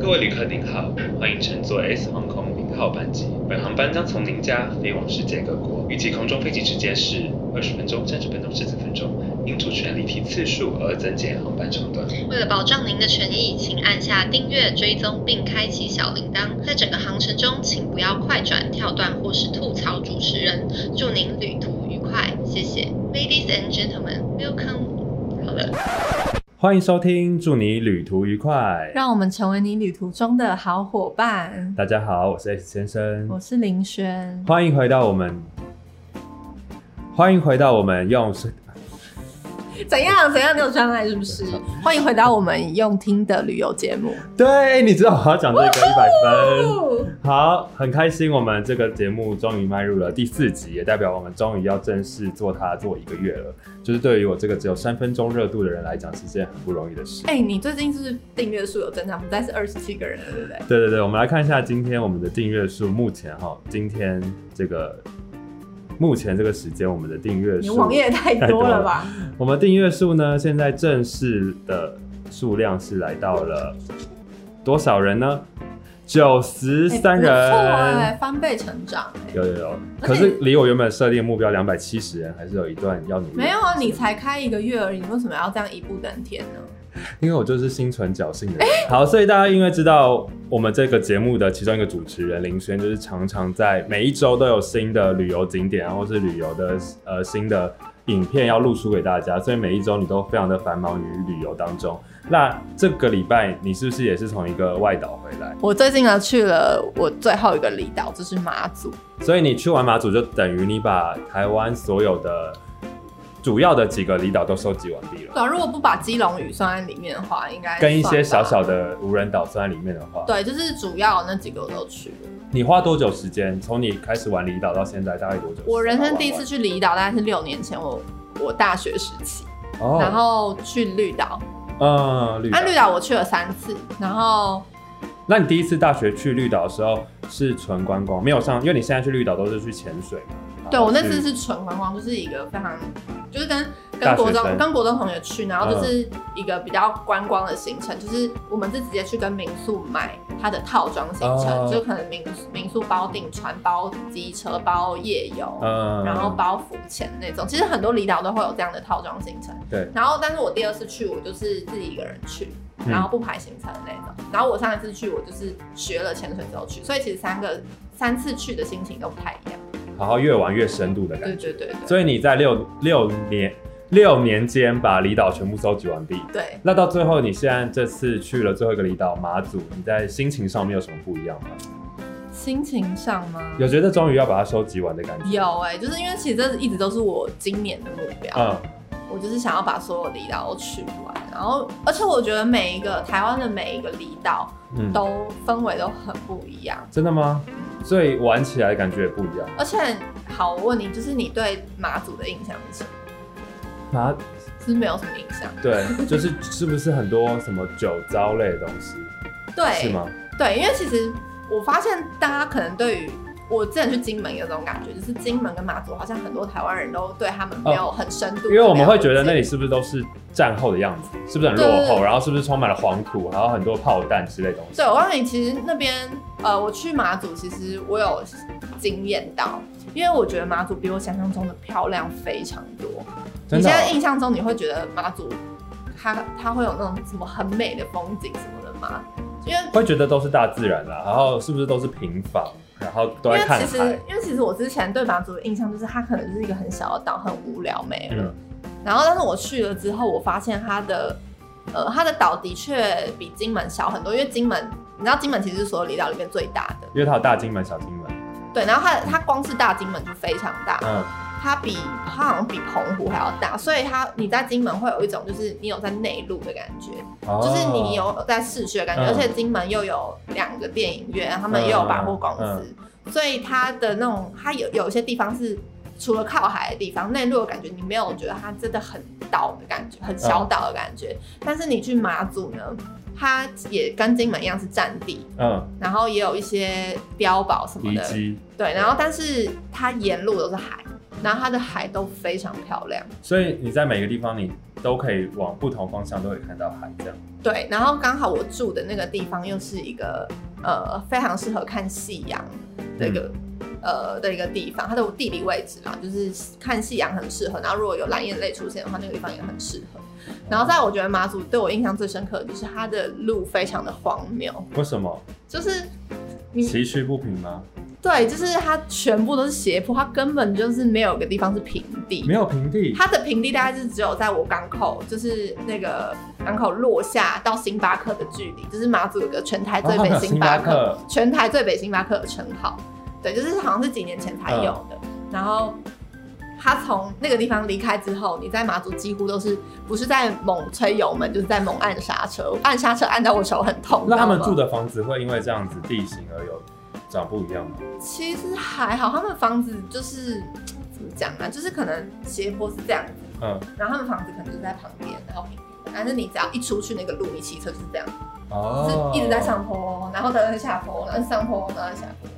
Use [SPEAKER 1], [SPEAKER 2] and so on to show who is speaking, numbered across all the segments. [SPEAKER 1] 各位旅客您好，欢迎乘坐 S 航空零号班机，本航班将从您家飞往世界各国，预计空中飞行时间是二十分钟、三十分钟、四十分钟，因主持人离题次数而增减航班长短。
[SPEAKER 2] 为了保障您的权益，请按下订阅、追踪并开启小铃铛。在整个航程中，请不要快转、跳段或是吐槽主持人。祝您旅途愉快，谢谢。Ladies and gentlemen, welcome。好了，
[SPEAKER 1] 欢迎收听，祝你旅途愉快。
[SPEAKER 3] 让我们成为你旅途中的好伙伴。
[SPEAKER 1] 大家好，我是 S 先生，
[SPEAKER 3] 我是林轩，
[SPEAKER 1] 欢迎回到我们，欢迎回到我们用声
[SPEAKER 3] 怎样怎样？你有专爱是不是？欢迎回到我们用听的旅游节目。
[SPEAKER 1] 对，你知道我要讲这个一百分。好，很开心，我们这个节目终于迈入了第四集，也代表我们终于要正式做它做一个月了。就是对于我这个只有三分钟热度的人来讲，是件很不容易的事。
[SPEAKER 3] 哎、你最近是不是订阅数有增长？我们大概是二十七个人了，对不对？
[SPEAKER 1] 对对对，我们来看一下今天我们的订阅数，目前哈，今天这个目前这个时间，我们的订阅
[SPEAKER 3] 你
[SPEAKER 1] 数，
[SPEAKER 3] 网页也太多了吧？
[SPEAKER 1] 我们订阅数呢，现在正式的数量是来到了多少人呢？九十三人。
[SPEAKER 3] 哎不错哎，翻倍成长、哎
[SPEAKER 1] 有有有，
[SPEAKER 3] 而且
[SPEAKER 1] 可是离我原本设定目标两百七十人，还是有一段要努力。
[SPEAKER 3] 没有啊，你，才开一个月而已，你为什么要这样一步登天呢？
[SPEAKER 1] 因为我就是心存侥幸的人。好，所以大家因为知道我们这个节目的其中一个主持人林轩，就是常常在每一周都有新的旅游景点啊，或是旅游的呃新的影片要露出给大家，所以每一周你都非常的繁忙于旅游当中。那这个礼拜你是不是也是从一个外岛回来？
[SPEAKER 3] 我最近呢啊去了我最后一个离岛，就是马祖。
[SPEAKER 1] 所以你去完马祖，就等于你把台湾所有的主要的几个离岛都收集完毕了。
[SPEAKER 3] 对啊，如果不把基隆屿算在里面的话，应该
[SPEAKER 1] 跟一些小
[SPEAKER 3] 算
[SPEAKER 1] 小
[SPEAKER 3] 吧
[SPEAKER 1] 的无人岛算在里面的话，
[SPEAKER 3] 对，就是主要那几个我都去了。
[SPEAKER 1] 你花多久时间？从你开始玩离岛到现在大概多久？
[SPEAKER 3] 我人生第一次去离岛，大概是六年前我，我大学时期，
[SPEAKER 1] 哦，
[SPEAKER 3] 然后去绿岛。
[SPEAKER 1] 嗯，绿岛
[SPEAKER 3] 啊，。绿岛我去了三次，然后
[SPEAKER 1] 那你第一次大学去绿岛的时候是纯观光，没有上，因为你现在去绿岛都是去潜水嘛。
[SPEAKER 3] 对我那
[SPEAKER 1] 然后
[SPEAKER 3] 次
[SPEAKER 1] 去
[SPEAKER 3] 是纯观光，就是一个非常，就是跟
[SPEAKER 1] 嗯大
[SPEAKER 3] 跟
[SPEAKER 1] 学
[SPEAKER 3] 国
[SPEAKER 1] 生嗯
[SPEAKER 3] 中跟国中同学去，然后就是一个比较观光的行程，就是我们是直接去跟民宿买它的套装行程，
[SPEAKER 1] 哦
[SPEAKER 3] 就可能民民宿包订船、包机车、包夜游，
[SPEAKER 1] 嗯，
[SPEAKER 3] 然后包浮潜那种。其实很多离岛都会有这样的套装行程。
[SPEAKER 1] 对。
[SPEAKER 3] 然后，但是我第二次去，我就是自己一个人去，
[SPEAKER 1] 嗯
[SPEAKER 3] 然后不排行程那种。然后我上一次去，我就是学了潜水之后去，所以其实三个三次去的心情都不太一样。
[SPEAKER 1] 好好越玩越深度的感
[SPEAKER 3] 对
[SPEAKER 1] 觉。
[SPEAKER 3] 对对对
[SPEAKER 1] 所以你在六六年六年间把离岛全部收集完毕。
[SPEAKER 3] 对。
[SPEAKER 1] 那到最后，你现在这次去了最后一个离岛马祖，你在心情上面有什么不一样吗？
[SPEAKER 3] 心情上吗？
[SPEAKER 1] 有觉得终于要把它收集完的感觉？
[SPEAKER 3] 有哎、就是因为其实这一直都是我今年的目标，
[SPEAKER 1] 嗯，
[SPEAKER 3] 我就是想要把所有离岛都去完。然后，而且我觉得每一个台湾的每一个离岛
[SPEAKER 1] 嗯
[SPEAKER 3] 都氛围都很不一样。
[SPEAKER 1] 真的吗？所以玩起来感觉也不一样。
[SPEAKER 3] 而且，好，我问你，就是你对马祖的印象是什么？
[SPEAKER 1] 啊，
[SPEAKER 3] 是没有什么印象，
[SPEAKER 1] 对， 就是是不是很多什么酒糟类的东西，
[SPEAKER 3] 对，
[SPEAKER 1] 是吗？
[SPEAKER 3] 对，因为其实我发现大家可能对于我之前去金门有这种感觉，就是金门跟马祖好像很多台湾人都对他们没有很深度的了解、
[SPEAKER 1] 哦因为我们会觉得那里是不是都是战后的样子，是不是很落
[SPEAKER 3] 对对
[SPEAKER 1] 后，
[SPEAKER 3] 对
[SPEAKER 1] 然后是不是充满了黄土，还有很多炮弹之类的东西
[SPEAKER 3] 对，。我告诉你，其实那边呃，我去马祖，其实我有惊艳到，因为我觉得马祖比我想象中的漂亮非常多。
[SPEAKER 1] 真
[SPEAKER 3] 你
[SPEAKER 1] 的
[SPEAKER 3] 现
[SPEAKER 1] 哦、
[SPEAKER 3] 在印象中，你会觉得马祖它它会有那种什么很美的风景什么的吗？因为
[SPEAKER 1] 会觉得都是大自然啦，然后是不是都是平房，然后都
[SPEAKER 3] 因
[SPEAKER 1] 在
[SPEAKER 3] 为
[SPEAKER 1] 看
[SPEAKER 3] 其实
[SPEAKER 1] 海，，
[SPEAKER 3] 因为其实我之前对马祖的印象就是它可能就是一个很小的岛，很无聊没了。
[SPEAKER 1] 嗯
[SPEAKER 3] 然后，但是我去了之后，我发现它的，呃，它的岛的确比金门小很多，因为金门，你知道金门其实是所有离岛里面最大的，
[SPEAKER 1] 因为它有大金门、小金门，
[SPEAKER 3] 对。然后它它光是大金门就非常大，
[SPEAKER 1] 嗯，
[SPEAKER 3] 它比它好像比澎湖还要大，所以它你在金门会有一种就是你有在内陆的感觉，
[SPEAKER 1] 哦
[SPEAKER 3] 就是你有在市区的感觉，
[SPEAKER 1] 嗯
[SPEAKER 3] 而且金门又有两个电影院，他们也有百货公司，
[SPEAKER 1] 嗯
[SPEAKER 3] 所以它的那种它有有一些地方是除了靠海的地方，内陆的感觉你没有觉得它真的很岛的感觉，很小
[SPEAKER 1] 嗯
[SPEAKER 3] 岛的感觉。但是你去马祖呢，它也跟金门一样是占地，
[SPEAKER 4] 哦
[SPEAKER 1] 嗯
[SPEAKER 3] 然后也有一些碉堡
[SPEAKER 4] 嗯
[SPEAKER 3] 什么
[SPEAKER 1] 遗
[SPEAKER 3] 的，
[SPEAKER 1] 迹，
[SPEAKER 3] 对，然后但是它沿路都是海，然后它的海都非常漂亮。
[SPEAKER 1] 所以你在每个地方你
[SPEAKER 4] 都可以往不同方向都可以看到海，这样。
[SPEAKER 3] 对，然后刚好我住的那个地方又是一个呃非常适合看夕阳的一个、呃的一个地方，它的地理位置嘛，就是看夕阳很适合。然后如果有蓝眼泪出现的话，那个地方也很适合。然后在我觉得马祖对我印象最深刻的就是它的路非常的荒谬，
[SPEAKER 4] 为什么？
[SPEAKER 3] 就是你
[SPEAKER 4] 崎岖不平吗？
[SPEAKER 3] 对，就是它全部都是斜坡，它根本就是没有一个地方是平地，
[SPEAKER 4] 没有平地。
[SPEAKER 3] 它的平地大概是只有在我港口，就是那个港口落下到星巴克的距离，就是马祖有个全台最北
[SPEAKER 4] 哦
[SPEAKER 3] 星巴克，
[SPEAKER 4] 还有星巴克
[SPEAKER 3] 全台最北星巴克的称号。对，就是好像是几年前才有的。然后他从那个地方离开之后，你在马祖几乎都是不是在猛吹油门，就是在猛按刹车，按刹车按到我手很痛。
[SPEAKER 4] 那他们
[SPEAKER 3] 你知道吗
[SPEAKER 4] 住的房子会因为这样子地形而有长不一样吗？
[SPEAKER 3] 其实还好，他们房子就是怎么讲啊，就是可能斜坡是这样子，
[SPEAKER 4] 嗯，
[SPEAKER 3] 然后他们房子可能就是在旁边，然后平平的，但是你只要一出去那个路，你骑车就是这样，
[SPEAKER 4] 哦
[SPEAKER 3] 就是一直在。上坡，然后再下坡，然后上坡，然后下坡。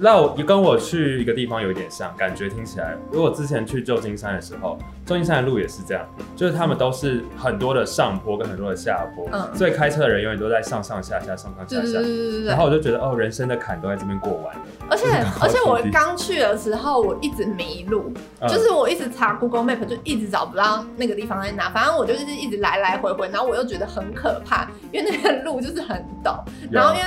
[SPEAKER 4] 那我跟我去一个地方有一点像，感觉听起来，因为我之前去旧金山的时候，旧金山的路也是这样，就是他们都是很多的上坡跟很多的下坡，
[SPEAKER 3] 嗯
[SPEAKER 4] 所以开车的人永远都在上上下下、上上
[SPEAKER 3] 对
[SPEAKER 4] 下
[SPEAKER 3] 对
[SPEAKER 4] 下
[SPEAKER 3] 对。对对对
[SPEAKER 4] 然后。我就觉得，哦，人生的坎都在这边过完了。
[SPEAKER 3] 而且
[SPEAKER 4] 就是刚好
[SPEAKER 3] 而且我
[SPEAKER 4] 平地
[SPEAKER 3] 刚去的时候，我一直迷路，
[SPEAKER 4] 嗯
[SPEAKER 3] 就是我一直查 Google Map，就一直找不到那个地方在哪。反正我就是一直来来回回，然后我又觉得很可怕，因为那个路就是很陡。然后因为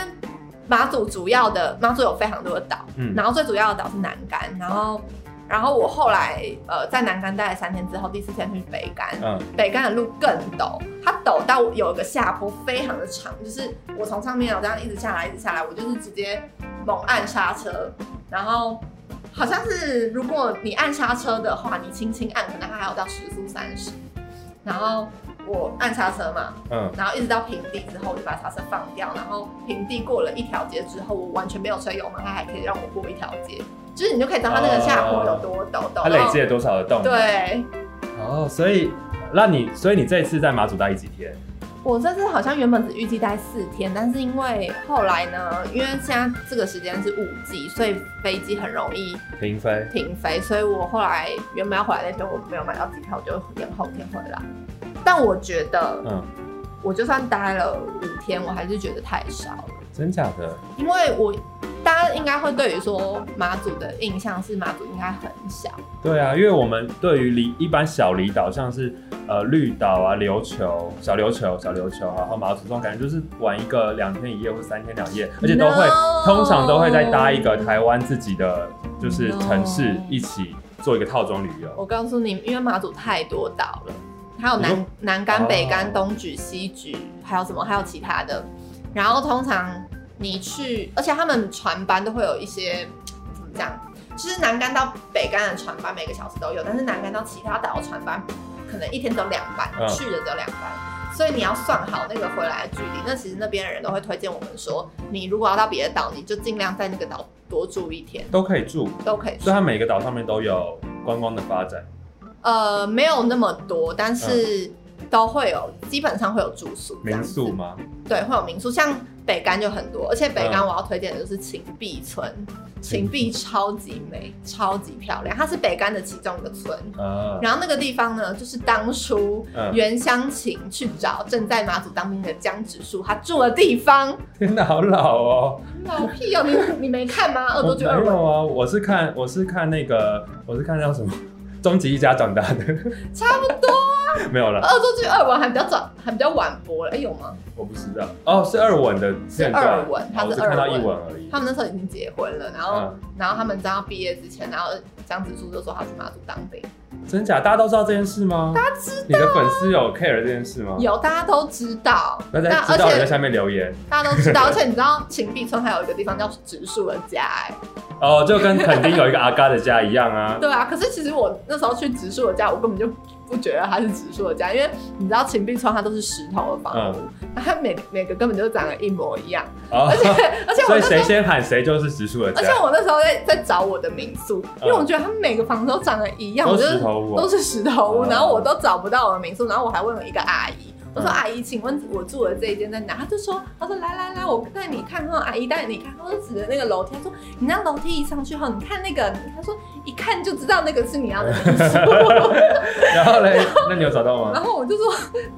[SPEAKER 3] 马祖主要的马祖有非常多的岛，
[SPEAKER 4] 嗯
[SPEAKER 3] 然后最主要的岛是南竿，然后然后我后来呃在南竿待了三天之后，第四天去北竿，
[SPEAKER 4] 嗯，
[SPEAKER 3] 北竿的路更陡，它陡到我有一个下坡非常的长，就是我从上面啊我这样一直下来，一直下来，我就是直接猛按刹车，然后。好像是，如果你按刹车的话，你轻轻按，可能它还有到时速三十。然后我按刹车嘛，
[SPEAKER 4] 嗯，
[SPEAKER 3] 然后一直到平地之后，我就把刹车放掉，然后平地过了一条街之后，我完全没有吹油门，它还可以让我过一条街，就是你就可以知道它那个下坡有多陡陡。
[SPEAKER 4] 哦它累积了多少的动力？
[SPEAKER 3] 对，
[SPEAKER 4] 哦，所以那你，所以你这次在马祖待几天？
[SPEAKER 3] 我这次好像原本只预计待四天，但是因为后来呢，因为现在这个时间是五 G，所以飞机很容易
[SPEAKER 4] 平飞。
[SPEAKER 3] 停飞，所以我后来原本要回来那天我没有买到机票，我就延后一天回来。但我觉得，
[SPEAKER 4] 嗯，
[SPEAKER 3] 我就算待了五天，我还是觉得太少了。
[SPEAKER 4] 真假的？
[SPEAKER 3] 因为我大家应该会对于说马祖的印象是马祖应该很小，
[SPEAKER 4] 对啊，因为我们对于离一般小离岛，像是呃绿岛啊、琉球、小琉球、小琉球啊，然后马祖这种感觉，就是玩一个两天一夜或三天两夜，而且都会
[SPEAKER 3] No
[SPEAKER 4] 通常都会再搭一个台湾自己的就是城市
[SPEAKER 3] No
[SPEAKER 4] 一起做一个套装旅游。
[SPEAKER 3] 我告诉你，因为马祖太多岛了，还有
[SPEAKER 4] 你
[SPEAKER 3] 南
[SPEAKER 4] 说
[SPEAKER 3] 南竿、
[SPEAKER 4] 哦
[SPEAKER 3] 北竿、东莒、西莒，还有什么，还有其他的。然后通常你去，而且他们船班都会有一些怎么讲，就是南竿到北竿的船班每个小时都有，但是南竿到其他岛的船班可能一天只有两班，
[SPEAKER 4] 嗯
[SPEAKER 3] 去的只有两班。所以你要算好那个回来的距离。那其实那边的人都会推荐我们说，你如果要到别的岛，你就尽量在那个岛多住一天，
[SPEAKER 4] 都可以住，
[SPEAKER 3] 都可以
[SPEAKER 4] 所以它每个岛上面都有观光的发展。
[SPEAKER 3] 呃，没有那么多，但是都会有，基本上会有住宿，这样
[SPEAKER 4] 嗯民
[SPEAKER 3] 子
[SPEAKER 4] 宿？吗？
[SPEAKER 3] 对，会有民宿，像北干就很多，而且北干
[SPEAKER 4] 嗯
[SPEAKER 3] 我要推荐的就是秦壁村，秦壁超级美，超级漂亮，它是北干的其中一个村。
[SPEAKER 4] 呃，
[SPEAKER 3] 然后那个地方呢，就是当初
[SPEAKER 4] 嗯
[SPEAKER 3] 袁湘琴去找正在马祖当兵的江直树他住的地方。
[SPEAKER 4] 天哪，好老哦！
[SPEAKER 3] 老屁哦，你你没看吗？恶
[SPEAKER 4] 我
[SPEAKER 3] 作剧二
[SPEAKER 4] 没有
[SPEAKER 3] 文
[SPEAKER 4] 啊，我是看我是看那个我是看叫什么《终极一家》长大的，
[SPEAKER 3] 差不多，啊
[SPEAKER 4] 没有了，
[SPEAKER 3] 恶作剧二文还比较早，还比较晚播了。哎，有吗？
[SPEAKER 4] 我不知道。哦，是二吻的片段，
[SPEAKER 3] 是二吻它
[SPEAKER 4] 哦
[SPEAKER 3] 是
[SPEAKER 4] 我只看到
[SPEAKER 3] 二吻
[SPEAKER 4] 一吻而已。
[SPEAKER 3] 他们那时候已经结婚了，然后、
[SPEAKER 4] 嗯
[SPEAKER 3] 然后他们正要毕业之前，然后江直树就说他去马祖当兵，
[SPEAKER 4] 真假？大家都知道这件事吗？大家知道。你的粉丝有 care 这件事吗？。
[SPEAKER 3] 啊有大家都知道，
[SPEAKER 4] 那大
[SPEAKER 3] 那
[SPEAKER 4] 家
[SPEAKER 3] 而
[SPEAKER 4] 知道的在
[SPEAKER 3] 且
[SPEAKER 4] 下面留言
[SPEAKER 3] 大家都知 道，而且你知道秦壁村还有一个地方叫植树的家、哎，
[SPEAKER 4] 哦，就跟垦丁有一个阿嘎的家一 样啊。
[SPEAKER 3] 对啊，可是其实我那时候去植树的家，我根本就。不觉得它是植树的家，因为你知道秦壁村它都是石头的房屋，
[SPEAKER 4] 嗯
[SPEAKER 3] 它每每个根本就长得一模一样，
[SPEAKER 4] 哦
[SPEAKER 3] 而，且 而且我
[SPEAKER 4] 所以
[SPEAKER 3] 那时
[SPEAKER 4] 谁
[SPEAKER 3] 候，
[SPEAKER 4] 先喊谁就是植树的
[SPEAKER 3] 而且
[SPEAKER 4] 家，
[SPEAKER 3] 我那时候在在找我的民宿，因为
[SPEAKER 4] 嗯
[SPEAKER 3] 我觉得它每个房子都长得一样，我
[SPEAKER 4] 都
[SPEAKER 3] 就是
[SPEAKER 4] 石头屋
[SPEAKER 3] 都
[SPEAKER 4] 哦。
[SPEAKER 3] 是石头屋，
[SPEAKER 4] 哦
[SPEAKER 3] 然后我都找不到我的民宿，然后我还问了一个阿姨，我说阿姨，请问我住的这一间在哪？他就说，他说来来来，我带你看哈，阿姨带你看，他就指着那个楼梯，他说你那楼梯一上去后，你看那个，他说一看就知道那个是你要的民 宿。
[SPEAKER 4] 然后嘞，那你有找到吗？
[SPEAKER 3] 然后 我就说，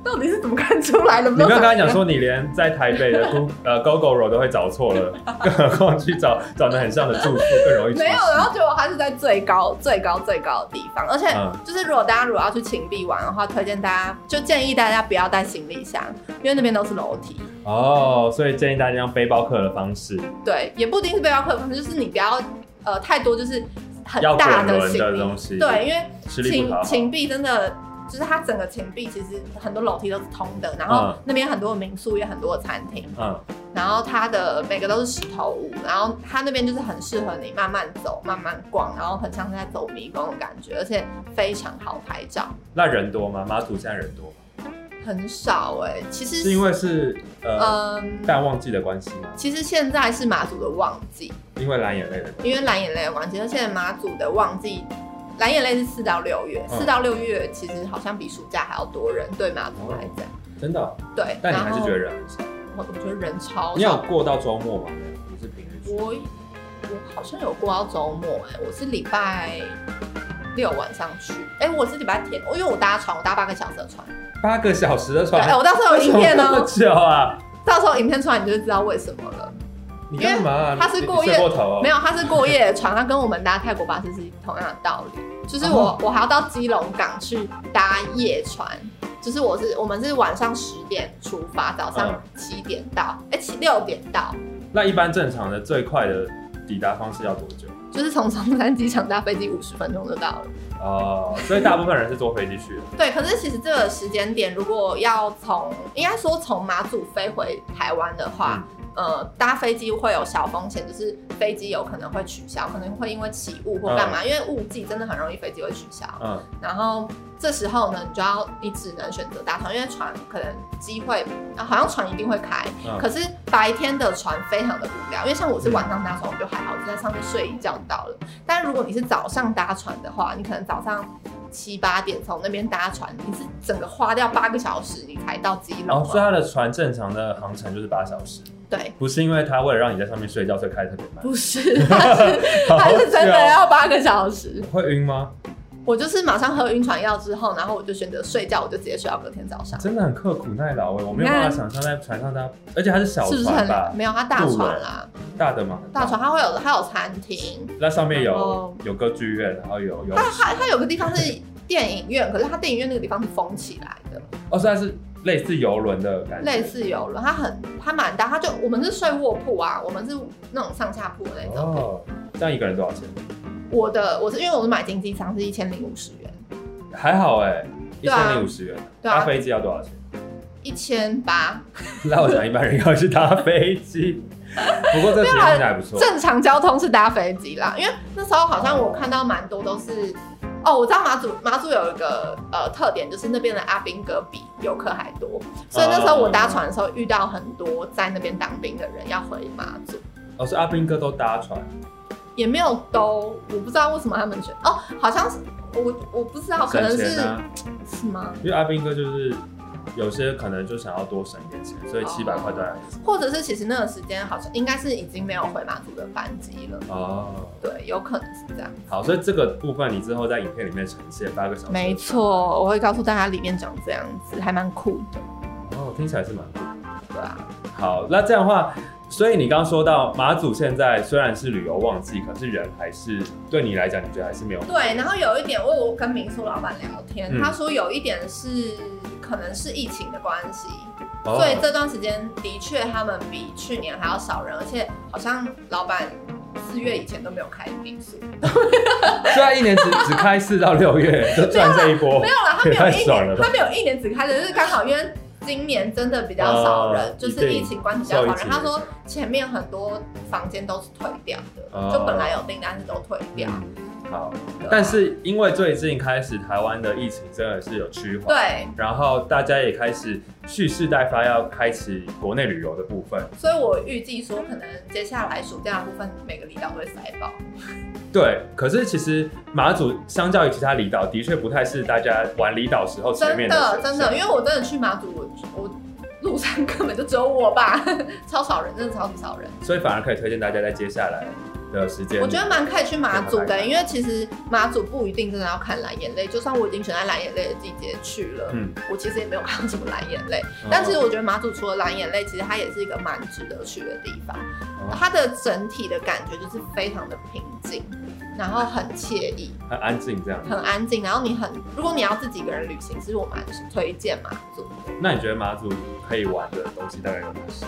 [SPEAKER 3] 到底是怎么看出来的？
[SPEAKER 4] 你没有跟他讲说你连在台北的 Go 呃 GoGoRo 都会找错了，更何况去找找的很像的住宿更容易出事。
[SPEAKER 3] 没有，然后结果他是在最高、最高、最高的地方，而且
[SPEAKER 4] 嗯
[SPEAKER 3] 就是如果大家如果要去秦壁玩的话，推荐大家就建议大家不要带行李箱，因为那边都是楼梯。
[SPEAKER 4] 哦，所以建议大家用背包客的方式，
[SPEAKER 3] 对，也不一定是背包客，反正就是你不要呃太多，就是很
[SPEAKER 4] 要
[SPEAKER 3] 呃大
[SPEAKER 4] 滚轮
[SPEAKER 3] 行
[SPEAKER 4] 的
[SPEAKER 3] 李。
[SPEAKER 4] 东西，
[SPEAKER 3] 对，，因为
[SPEAKER 4] 吃力不
[SPEAKER 3] 秦
[SPEAKER 4] 讨好。
[SPEAKER 3] 秦壁真的就是它整个秦壁其实很多楼梯都是通的，然后
[SPEAKER 4] 嗯
[SPEAKER 3] 那边很多民宿也很多餐厅，
[SPEAKER 4] 嗯，
[SPEAKER 3] 然后它的每个都是石头屋，然后它那边就是很适合你慢慢走、慢慢逛，然后很像是在走迷宫的感觉，而且非常好拍照，
[SPEAKER 4] 那人多吗？马祖现在人多吗？
[SPEAKER 3] 很少哎、其实
[SPEAKER 4] 是因为是呃
[SPEAKER 3] 嗯。
[SPEAKER 4] 淡旺季的关系吗？
[SPEAKER 3] 其实现在是马祖的旺季，
[SPEAKER 4] 因为蓝眼泪的关系。
[SPEAKER 3] 因为蓝眼泪的关系，而且马祖的旺季，蓝眼泪是四到六月，
[SPEAKER 4] 嗯
[SPEAKER 3] 四、到六月其实好像比暑假还要多人，对马祖来讲，
[SPEAKER 4] 真的哦、
[SPEAKER 3] 对。
[SPEAKER 4] 但你还
[SPEAKER 3] 然
[SPEAKER 4] 是
[SPEAKER 3] 后
[SPEAKER 4] 觉得人很少。
[SPEAKER 3] 我我觉得人超
[SPEAKER 4] 你有
[SPEAKER 3] 少。
[SPEAKER 4] 过到周末吗？不是平日去。
[SPEAKER 3] 我我好像有过到周末哎、我是礼拜六晚上去，哎、我是礼拜天，因为我搭船，我搭八个小时的船，
[SPEAKER 4] 八个小时的
[SPEAKER 3] 对，
[SPEAKER 4] 船，
[SPEAKER 3] 哎、我到时候有影片
[SPEAKER 4] 为什么那
[SPEAKER 3] 呢
[SPEAKER 4] 么，久啊！
[SPEAKER 3] 到时候影片出来你就知道为什么了。
[SPEAKER 4] 你干嘛啊、
[SPEAKER 3] 因为他是
[SPEAKER 4] 你
[SPEAKER 3] 过夜
[SPEAKER 4] 睡过头哦、
[SPEAKER 3] 没有，它是过夜的船，它跟我们搭泰国巴士是同样的道理。就是我，我还要到基隆港去搭夜船，就是我是我们是晚上十点出发，早上七点到，哎、七六点到，
[SPEAKER 4] 那一般正常的最快的抵达方式要多久？
[SPEAKER 3] 就是从松山机场搭飞机五十分钟就到了。
[SPEAKER 4] 哦、所以大部分人是坐飞机去的。嗯
[SPEAKER 3] 对，可是其实这个时间点，如果要从应该说从马祖飞回台湾的话，呃，搭飞机会有小风险，就是飞机有可能会取消，可能会因为起雾或干嘛，因为雾季真的很容易飞机会取消。
[SPEAKER 4] 嗯，
[SPEAKER 3] 然后这时候呢，你就要你只能选择搭船，因为船可能机会、啊好像船一定会开，
[SPEAKER 4] 嗯
[SPEAKER 3] 可是白天的船非常的无聊，因为像我是晚上搭船，我就还好，我就在上面睡一觉就到了。但如果你是早上搭船的话，你可能早上七八点从那边搭船，你是整个花掉八个小时你才到基
[SPEAKER 4] 然
[SPEAKER 3] 隆
[SPEAKER 4] 后、所以
[SPEAKER 3] 嘛、
[SPEAKER 4] 他的船正常的航程就是八小时，
[SPEAKER 3] 对，
[SPEAKER 4] 不是因为他为了让你在上面睡觉所以开得特别慢。
[SPEAKER 3] 不是， 它是它
[SPEAKER 4] 好
[SPEAKER 3] 是真的
[SPEAKER 4] 笑
[SPEAKER 3] 要八个小时。
[SPEAKER 4] 会晕吗？
[SPEAKER 3] 我就是马上喝晕船药之后，然后我就选择睡觉，我就直接睡到隔天早上。
[SPEAKER 4] 真的很刻苦耐劳哎，我没有
[SPEAKER 3] 你看
[SPEAKER 4] 办法想象在船上搭，而且它是小
[SPEAKER 3] 是不是很
[SPEAKER 4] 船吧，
[SPEAKER 3] 没有？它大
[SPEAKER 4] 渡
[SPEAKER 3] 船
[SPEAKER 4] 轮
[SPEAKER 3] 啦，
[SPEAKER 4] 大的嘛，
[SPEAKER 3] 大船它哦会有它有餐厅，
[SPEAKER 4] 那上面
[SPEAKER 3] 然
[SPEAKER 4] 有
[SPEAKER 3] 后
[SPEAKER 4] 有歌剧院，然后有有
[SPEAKER 3] 它它它有个地方是电影院，可是它电影院那个地方是封起来的，
[SPEAKER 4] 哦，所以它是类似游轮的感觉，
[SPEAKER 3] 类似游轮，它很它蛮大，它就我们是睡卧铺啊，我们是那种上下铺的那种。
[SPEAKER 4] 哦，这样一个人多少钱？
[SPEAKER 3] 我的我是因为我是买经济舱是一千零五十元，
[SPEAKER 4] 还好哎，一
[SPEAKER 3] 对啊
[SPEAKER 4] 千零五十元，
[SPEAKER 3] 对啊
[SPEAKER 4] 搭飞机要多少钱？
[SPEAKER 3] 一千八，
[SPEAKER 4] 那我想一般人要去搭 飞机，不过这节目听起来不错，
[SPEAKER 3] 正常交通是搭飞机啦，因为那时候好像我看到蛮多都是。哦，我知道马祖马祖有一个呃特点，就是那边的阿兵哥比游客还多，所以那时候我搭船的时候遇到很多在那边当兵的人要回马祖，
[SPEAKER 4] 哦，是阿兵哥都搭船，
[SPEAKER 3] 也没有都我不知道为什么他们选哦，好像是我我不知道，哦可能
[SPEAKER 4] 省
[SPEAKER 3] 是
[SPEAKER 4] 钱啊，
[SPEAKER 3] 是吗？
[SPEAKER 4] 因为阿兵哥就是有些可能就想要多省一点钱，所以七百块对他来说
[SPEAKER 3] 或者是其实那个时间好像应该是已经没有回马祖的班机了，
[SPEAKER 4] 哦。
[SPEAKER 3] 对，有可能是这样，
[SPEAKER 4] 好，所以这个部分你之后在影片里面呈现八个小时，
[SPEAKER 3] 没。错，我会告诉大家里面长这样子，还蛮酷的，
[SPEAKER 4] 哦，听起来是蛮酷。
[SPEAKER 3] 对啊。
[SPEAKER 4] 好，那这样的话，所以你刚刚说到马祖现在虽然是旅游旺季，可是人还是对你来讲，你觉得还是没有
[SPEAKER 3] 对，然后有一点，我有跟民宿老板聊天，
[SPEAKER 4] 嗯
[SPEAKER 3] 他说有一点是可能是疫情的关系，
[SPEAKER 4] 哦
[SPEAKER 3] 所以这段时间的确他们比去年还要少人，而且好像老板四月以前都没有开民宿，
[SPEAKER 4] 哦虽然一年只只开四到六月就赚这一波
[SPEAKER 3] 没，有啦，他
[SPEAKER 4] 也
[SPEAKER 3] 没 有
[SPEAKER 4] 太
[SPEAKER 3] 一
[SPEAKER 4] 爽了
[SPEAKER 3] 年，
[SPEAKER 4] 吧
[SPEAKER 3] 他没有一年只开的，就是刚好因为。今年真的比较少 人，
[SPEAKER 4] 哦
[SPEAKER 3] 就是疫情关系比较少
[SPEAKER 4] 一
[SPEAKER 3] 人。
[SPEAKER 4] 定
[SPEAKER 3] 他说前面很多房间都是退掉的，
[SPEAKER 4] 哦嗯
[SPEAKER 3] 就本来有订单是都退掉。
[SPEAKER 4] 好，
[SPEAKER 3] 对啊
[SPEAKER 4] 但是因为最近开始台湾的疫情真的是有趋缓，，
[SPEAKER 3] 对，
[SPEAKER 4] 然后大家也开始蓄势待发，要开启国内旅游的部分。
[SPEAKER 3] 所以我预计说可能接下来暑假的部分每个离岛都会塞爆。
[SPEAKER 4] 对，可是其实马祖相较于其他离岛，的确不太是大家玩离岛时候前
[SPEAKER 3] 真
[SPEAKER 4] 面
[SPEAKER 3] 的
[SPEAKER 4] 选
[SPEAKER 3] 真
[SPEAKER 4] 项
[SPEAKER 3] 的，因为我真的去马祖，我我路上根本就只有我吧， 超少人，真的超级少人。
[SPEAKER 4] 所以反而可以推荐大家在接下来的时间，
[SPEAKER 3] 我觉得蛮可以去马祖
[SPEAKER 4] 对蛮
[SPEAKER 3] 的，
[SPEAKER 4] 可以
[SPEAKER 3] 因为其实马祖不一定真的要看蓝眼泪，就算我已经选在蓝眼泪的季节去了，
[SPEAKER 4] 嗯
[SPEAKER 3] 我其实也没有看到什么蓝眼泪。
[SPEAKER 4] 嗯，
[SPEAKER 3] 但其实我觉得马祖除了蓝眼泪，其实它也是一个蛮值得去的地方
[SPEAKER 4] 哦。
[SPEAKER 3] 它的整体的感觉就是非常的平静，然后很惬意，
[SPEAKER 4] 很安静这样。
[SPEAKER 3] 很安静。然后你很，如果你要自己一个人旅行，其实我蛮推荐马祖的。
[SPEAKER 4] 那你觉得马祖可以玩的东西大概有哪 些？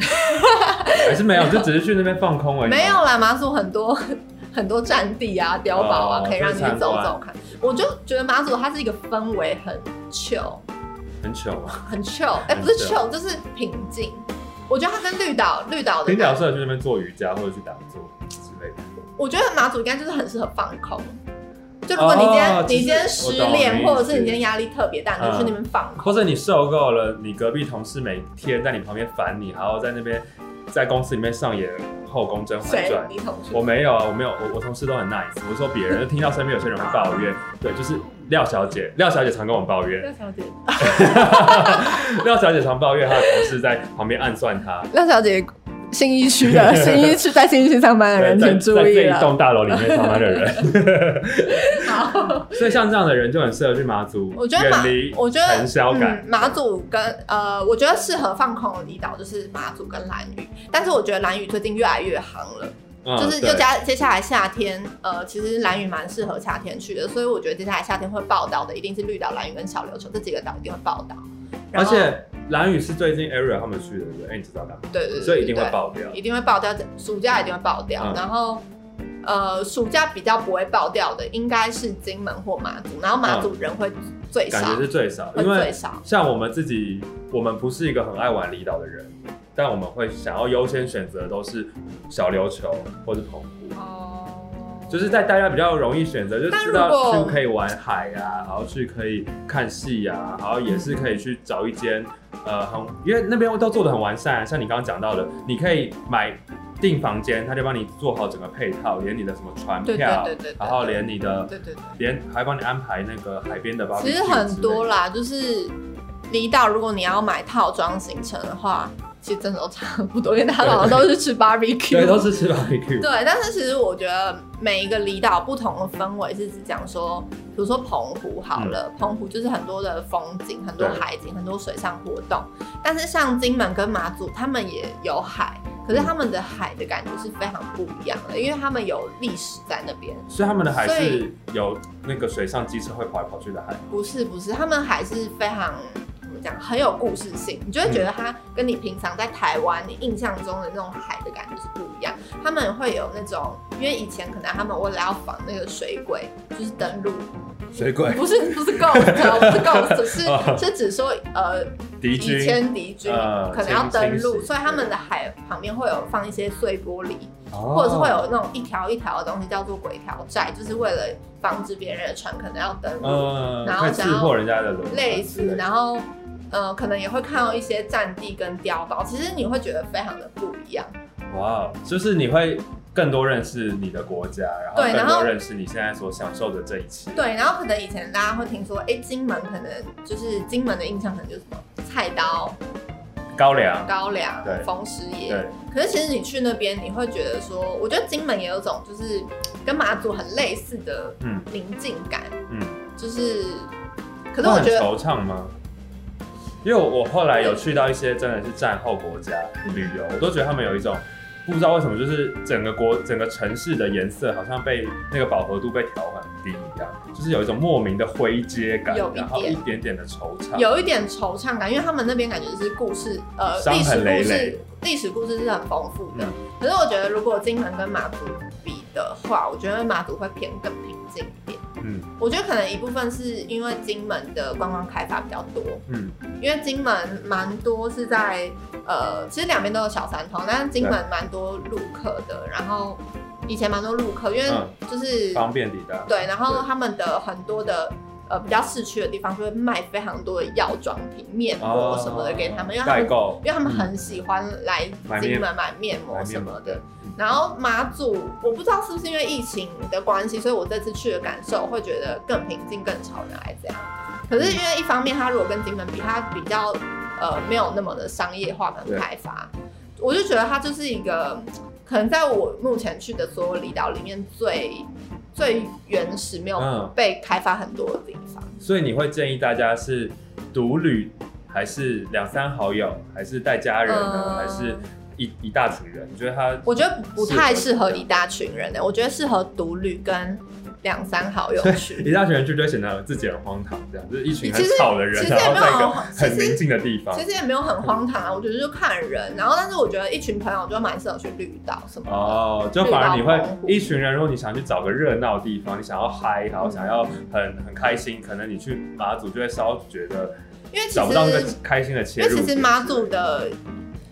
[SPEAKER 4] 还是没有，就只是去那边放空而已吗。
[SPEAKER 3] 没有啦，马祖很多 很多占地啊、碉堡啊，
[SPEAKER 4] 哦
[SPEAKER 3] 可以让你去走
[SPEAKER 4] 就是参
[SPEAKER 3] 走看。我就觉得马祖它是一个氛围很 chill，
[SPEAKER 4] 很糗啊。
[SPEAKER 3] 很 chill，哎、
[SPEAKER 4] 很
[SPEAKER 3] 不是
[SPEAKER 4] chill
[SPEAKER 3] chill，就是平静。我觉得它跟绿岛、绿岛的
[SPEAKER 4] 平
[SPEAKER 3] 感
[SPEAKER 4] 角
[SPEAKER 3] 觉，
[SPEAKER 4] 适合去那边做瑜伽或者去打坐之类的。
[SPEAKER 3] 我觉得马祖应该就是很适合放空。就如果你今天、
[SPEAKER 4] 哦
[SPEAKER 3] 你今天
[SPEAKER 4] 其
[SPEAKER 3] 失
[SPEAKER 4] 实我懂你
[SPEAKER 3] 恋，
[SPEAKER 4] 的意思嗯
[SPEAKER 3] 或者是你今天压力特别大，你就去那边放空。
[SPEAKER 4] 或者你受够了，你隔壁同事每天在你旁边烦你，还要在那边在公司里面上演后宫甄嬛
[SPEAKER 3] 谁
[SPEAKER 4] 传？。
[SPEAKER 3] 你同学
[SPEAKER 4] 我没有啊，我没有，我我同事都很 nice。我说别人就听到身边有些人会抱怨，对，就是廖小姐，廖小姐常跟我抱怨，
[SPEAKER 3] 廖小姐，嗯
[SPEAKER 4] 廖小姐常抱怨她的同事在旁边暗算她。
[SPEAKER 3] 廖小姐，新一区 的新一区在新一区上班的哎人，
[SPEAKER 4] 在
[SPEAKER 3] 请注
[SPEAKER 4] 在
[SPEAKER 3] 意
[SPEAKER 4] 这一
[SPEAKER 3] 了。
[SPEAKER 4] 栋大楼里面上班 的人，所以像这样的人就很适合去马祖，
[SPEAKER 3] 我觉得马
[SPEAKER 4] 远离，
[SPEAKER 3] 我觉得
[SPEAKER 4] 尘嚣感
[SPEAKER 3] 嗯，。马祖跟呃，我觉得适合放空的离岛就是马祖跟兰屿，但是我觉得兰屿最近越来越夯了，
[SPEAKER 4] 嗯
[SPEAKER 3] 就是
[SPEAKER 4] 对
[SPEAKER 3] 又加接下来夏天，呃，其实兰屿蛮适合夏天去的，所以我觉得接下来夏天会报道的一定是绿岛、兰屿跟小琉球这几个岛一定会报道，然
[SPEAKER 4] 而
[SPEAKER 3] 后
[SPEAKER 4] 且蓝宇是最近 Ariel 他们去的，对不对？哎，你知道的，
[SPEAKER 3] 对对对，
[SPEAKER 4] 所以一定会
[SPEAKER 3] 对
[SPEAKER 4] 爆掉。
[SPEAKER 3] 一定会爆掉，暑假一定会爆掉。
[SPEAKER 4] 嗯
[SPEAKER 3] 然后，呃，暑假比较不会爆掉的应该是金门或马祖，然后马祖人会最
[SPEAKER 4] 啊感
[SPEAKER 3] 少，
[SPEAKER 4] 觉是最少，
[SPEAKER 3] 会
[SPEAKER 4] 因
[SPEAKER 3] 最
[SPEAKER 4] 为
[SPEAKER 3] 少。
[SPEAKER 4] 像我们自己，我们不是一个很爱玩离岛的人，但我们会想要优先选择的都是小琉球或是澎湖，
[SPEAKER 3] 哦，
[SPEAKER 4] 就是在大家比较容易选择，就
[SPEAKER 3] 但
[SPEAKER 4] 知
[SPEAKER 3] 如
[SPEAKER 4] 道
[SPEAKER 3] 果
[SPEAKER 4] 去可以玩海啊，然后去可以看戏啊，然后也是可以去找一间呃很，因为那边都做的很完善、啊，像你刚刚讲到的，你可以买订房间，他就帮你做好整个配套，连你的什么船
[SPEAKER 3] 对对
[SPEAKER 4] 票，
[SPEAKER 3] 对对对
[SPEAKER 4] 然后连你的
[SPEAKER 3] 对对对，
[SPEAKER 4] 连还帮你安排那个海边的 b
[SPEAKER 3] 其实很多，啦，就是离岛，如果你要买套装行程的话，其实真的都差不多，因为大家好像都是吃 barbecue，
[SPEAKER 4] 对，都是吃 barbecue，
[SPEAKER 3] 对，但是其实我觉得每一个离岛不同的氛围是指讲说，比如说澎湖好了，澎湖就是很多的风景、很多
[SPEAKER 4] 嗯对
[SPEAKER 3] 海景、很多水上活动。但是像金门跟马祖，他们也有海，可
[SPEAKER 4] 嗯
[SPEAKER 3] 是他们的海的感觉是非常不一样的，因为他们有历史在那边。
[SPEAKER 4] 所以他们的海
[SPEAKER 3] 所以
[SPEAKER 4] 是有那个水上机车会跑来跑去的海，
[SPEAKER 3] 不是不是，他们海是非常。怎么讲很有故事性，你就会觉得它跟你平常在台湾你印象中的那种海的感觉是不一样。他们会有那种，因为以前可能他们为了要防那个水鬼，就是登陆，
[SPEAKER 4] 水鬼
[SPEAKER 3] 不是不是 ghost，哦不是 ghost，是是指说呃
[SPEAKER 4] 敌
[SPEAKER 3] 以
[SPEAKER 4] 军，
[SPEAKER 3] 前敌军
[SPEAKER 4] 呃
[SPEAKER 3] 可能要
[SPEAKER 4] 侵
[SPEAKER 3] 登
[SPEAKER 4] 侵
[SPEAKER 3] 陆，
[SPEAKER 4] 蚀
[SPEAKER 3] 所以他们的海旁边会有放一些碎玻璃，
[SPEAKER 4] 或
[SPEAKER 3] 或者是会有那
[SPEAKER 4] 哦
[SPEAKER 3] 种一条一条的东西叫做鬼条寨，就是为了防止别人的船可能要登陆。
[SPEAKER 4] 呃，
[SPEAKER 3] 然后
[SPEAKER 4] 会刺
[SPEAKER 3] 想要
[SPEAKER 4] 破人家的轮子
[SPEAKER 3] 类
[SPEAKER 4] 之
[SPEAKER 3] 似
[SPEAKER 4] 的，
[SPEAKER 3] 然后呃，可能也会看到一些战地跟碉堡，其实你会觉得非常的不一样。
[SPEAKER 4] 哇哦，就是你会更多认识你的国家，然后
[SPEAKER 3] 对然
[SPEAKER 4] 更
[SPEAKER 3] 后
[SPEAKER 4] 多认识你现在所享受的这一切。
[SPEAKER 3] 对，然后可能以前大家会听说，哎、金门可能就是金门的印象可能就是什么菜刀、
[SPEAKER 4] 高粱，
[SPEAKER 3] 高粱
[SPEAKER 4] 对、
[SPEAKER 3] 风师爷
[SPEAKER 4] 对。，
[SPEAKER 3] 可是其实你去那边，你会觉得说，我觉得金门也有种就是跟马祖很类似的
[SPEAKER 4] 嗯
[SPEAKER 3] 宁静感，
[SPEAKER 4] 嗯，
[SPEAKER 3] 就是。可
[SPEAKER 4] 可
[SPEAKER 3] 是我觉得，
[SPEAKER 4] 惆怅吗？因为我我后来有去到一些真的是战后国家旅游，我都觉得他们有一种不知道为什么，就是整个国整个城市的颜色好像被那个饱和度被调很低一样，就是有一种莫名的灰阶感
[SPEAKER 3] 有，一
[SPEAKER 4] 然后
[SPEAKER 3] 点
[SPEAKER 4] 一点点的惆怅。
[SPEAKER 3] 有一点惆怅感，因为他们那边感觉是故事，呃，
[SPEAKER 4] 伤
[SPEAKER 3] 历
[SPEAKER 4] 痕
[SPEAKER 3] 史
[SPEAKER 4] 累
[SPEAKER 3] 故
[SPEAKER 4] 累
[SPEAKER 3] 事，历史故事是很丰富的。
[SPEAKER 4] 嗯
[SPEAKER 3] 可是我觉得，如果金门跟马祖比的话，我觉得马祖会偏更平静一点。
[SPEAKER 4] 嗯
[SPEAKER 3] 我觉得可能一部分是因为金门的观光开发比较多，
[SPEAKER 4] 嗯，
[SPEAKER 3] 因为金门蛮多是在呃，其实两边都有小三通，但是金门蛮多陆客的，然后以前蛮多陆客，因为
[SPEAKER 4] 嗯
[SPEAKER 3] 就是、
[SPEAKER 4] 方便抵达。
[SPEAKER 3] 对，然后
[SPEAKER 4] 对
[SPEAKER 3] 他们的很多的呃比较市区的地方，就会卖非常多的药妆品、面膜什么的给他们，因为他
[SPEAKER 4] 代
[SPEAKER 3] 们
[SPEAKER 4] 购，
[SPEAKER 3] 因为他们很喜欢来金门买面膜什么的。然后马祖，我不知道是不是因为疫情的关系，所以我这次去的感受会觉得更平静、更潮人来这样。啊可是因为一方面，它如果跟金门比，它比较呃没有那么的商业化跟开发，我就觉得它就是一个可能在我目前去的所有离岛里面最最原始、没有
[SPEAKER 4] 嗯
[SPEAKER 3] 被开发很多的地方。
[SPEAKER 4] 所以你会建议大家是独旅，还是两三好友，还是带家人呢，
[SPEAKER 3] 嗯
[SPEAKER 4] 还是一一大群人？你觉得他
[SPEAKER 3] 我觉得不太适合一大群人欸的、我觉得适合独旅跟两三好友
[SPEAKER 4] 一
[SPEAKER 3] 去。
[SPEAKER 4] 大群人去就会显得自己很荒唐，这样就是一群很
[SPEAKER 3] 其实
[SPEAKER 4] 吵的人，
[SPEAKER 3] 其实
[SPEAKER 4] 然
[SPEAKER 3] 也
[SPEAKER 4] 后
[SPEAKER 3] 没有
[SPEAKER 4] 在一个
[SPEAKER 3] 很
[SPEAKER 4] 很宁静的地方
[SPEAKER 3] 其。实也没有很荒唐
[SPEAKER 4] 嗯
[SPEAKER 3] 啊，我觉得就看人。然后，但是我觉得一群朋友就蛮适合去绿岛什么的。
[SPEAKER 4] 哦，就反而你会
[SPEAKER 3] 绿岛澎湖
[SPEAKER 4] 一群人，如果你想去找个热闹的地方，你想要嗨，
[SPEAKER 3] 嗯
[SPEAKER 4] 然后想要很很开心，可能你去马祖就会稍觉得
[SPEAKER 3] 因为其
[SPEAKER 4] 找不到那个
[SPEAKER 3] 实，
[SPEAKER 4] 开心的切
[SPEAKER 3] 因
[SPEAKER 4] 入
[SPEAKER 3] 为
[SPEAKER 4] 点。
[SPEAKER 3] 其实马祖的，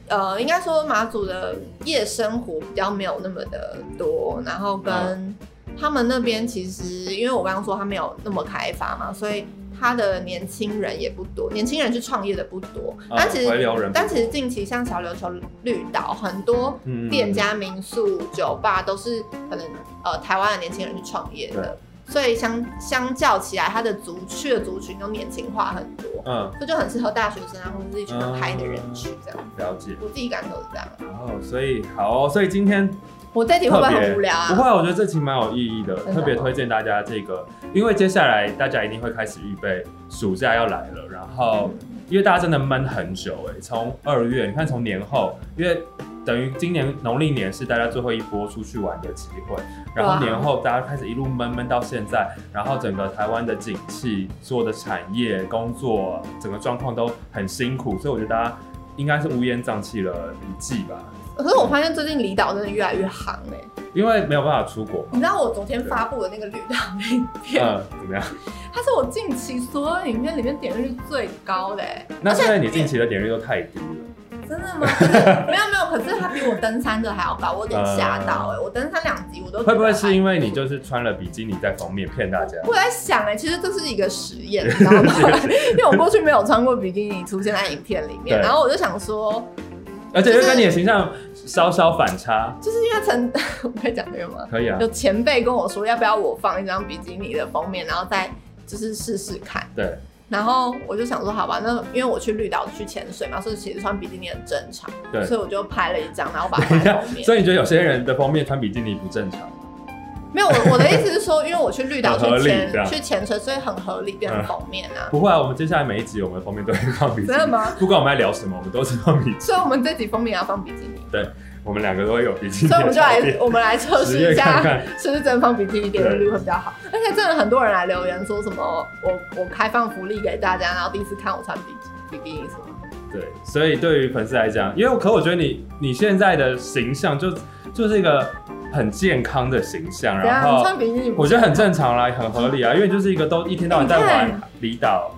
[SPEAKER 3] 呃，应该说马祖的夜生活比较没有那么的多，然后
[SPEAKER 4] 哦
[SPEAKER 3] 跟他们那边其实，因为我刚刚说他没有那么开发嘛，所以他的年轻人也不多，年轻人去创业的不多。
[SPEAKER 4] 嗯
[SPEAKER 3] 但其实
[SPEAKER 4] 回流人不多，
[SPEAKER 3] 但其实近期像小琉球、绿岛很多
[SPEAKER 4] 嗯
[SPEAKER 3] 店家、民宿、酒吧都是可能呃台湾的年轻人去创业的，所以相相较起来，它的族去的族群都年轻化很多，
[SPEAKER 4] 嗯，
[SPEAKER 3] 这就很适合大学生啊或者是一群很嗨的人去这样。
[SPEAKER 4] 了解。
[SPEAKER 3] 我自己感受是这样。
[SPEAKER 4] 哦，所以好、哦，所以今天
[SPEAKER 3] 我这题会不会很无聊
[SPEAKER 4] 不
[SPEAKER 3] 啊？
[SPEAKER 4] 会，我觉得这期蛮有意义的，
[SPEAKER 3] 真的
[SPEAKER 4] 特别
[SPEAKER 3] 吗
[SPEAKER 4] 推荐大家这个，因为接下来大家一定会开始预备暑假要来了，然后
[SPEAKER 3] 嗯
[SPEAKER 4] 因为大家真的闷很久哎、从二月你看从年后，因为等于今年农历年是大家最后一波出去玩的机会，然后
[SPEAKER 3] 哇
[SPEAKER 4] 年后大家开始一路闷闷到现在，然后整个台湾的景气、所有的产业、工作，整个状况都很辛苦，所以我觉得大家应该是乌烟瘴气了一季吧，
[SPEAKER 3] 可是我发现最近离岛真的越来越行哎、
[SPEAKER 4] 因为没有办法出国嘛，
[SPEAKER 3] 你知道我昨天发布的那个绿岛影片，
[SPEAKER 4] 嗯，怎么样？
[SPEAKER 3] 它是我近期所有影片里面点击率最高的、欸，
[SPEAKER 4] 那现在你近期的点率都太低了，
[SPEAKER 3] 真的吗？可是 没有没有，可是他比我登山的还要高，我有点吓到哎、我登山两集我都觉得
[SPEAKER 4] 嗯会不会是因为你
[SPEAKER 3] 还
[SPEAKER 4] 就是穿了比基尼在封面骗大家？
[SPEAKER 3] 我在想哎、其实这是一个实验，你知道 吗？因为我过去没有穿过比基尼出现在影片里面，
[SPEAKER 4] 对
[SPEAKER 3] 然后我就想说，嗯
[SPEAKER 4] 而且又跟你的形象稍稍反差，
[SPEAKER 3] 就是因为曾 我可以讲这个吗？
[SPEAKER 4] 可以啊
[SPEAKER 3] 有，前辈跟我说，要不要我放一张比基尼的封面，然后再就是试试看。
[SPEAKER 4] 对，
[SPEAKER 3] 然后我就想说，好吧，那因为我去绿岛去潜水嘛，所以其实穿比基尼很正常，
[SPEAKER 4] 对
[SPEAKER 3] 所以我就拍了一张，然后把它放
[SPEAKER 4] 等一
[SPEAKER 3] 在
[SPEAKER 4] 下
[SPEAKER 3] 封，面。
[SPEAKER 4] 所以你觉得有些人的封面穿比基尼不正常？
[SPEAKER 3] 没有，我我的意思是说，因为我去绿岛
[SPEAKER 4] 很合
[SPEAKER 3] 去
[SPEAKER 4] 理这
[SPEAKER 3] 潜
[SPEAKER 4] 样嗯
[SPEAKER 3] 去潜水，所以很合理变成封面啊。
[SPEAKER 4] 不会啊，我们接下来每一集我们的封面都会放比基
[SPEAKER 3] 真的
[SPEAKER 4] 尼，
[SPEAKER 3] 吗？
[SPEAKER 4] 不管我们在聊什么，我们都是放比，
[SPEAKER 3] 所以我们这集封面要放比基尼，
[SPEAKER 4] 我们两个都会有比基 尼
[SPEAKER 3] 所以我
[SPEAKER 4] 的
[SPEAKER 3] 们就
[SPEAKER 4] 照
[SPEAKER 3] 来
[SPEAKER 4] 片。
[SPEAKER 3] 我们来测试
[SPEAKER 4] 实验
[SPEAKER 3] 一下，
[SPEAKER 4] 看看，
[SPEAKER 3] 是不是真的放比基尼点击率会比较好。而且真的很多人来留言说什么我我开放福利给大家，然后第一次看我穿比基比基尼什么。
[SPEAKER 4] 对，所以对于粉丝来讲，因为可我觉得你你现在的形象就就是一个很健康的形象，
[SPEAKER 3] 怎样？
[SPEAKER 4] 然后
[SPEAKER 3] 你穿比基尼不？
[SPEAKER 4] 我觉得很正常啦，很合理啊，因为就是一个都一天到晚在
[SPEAKER 3] 你
[SPEAKER 4] 玩离岛，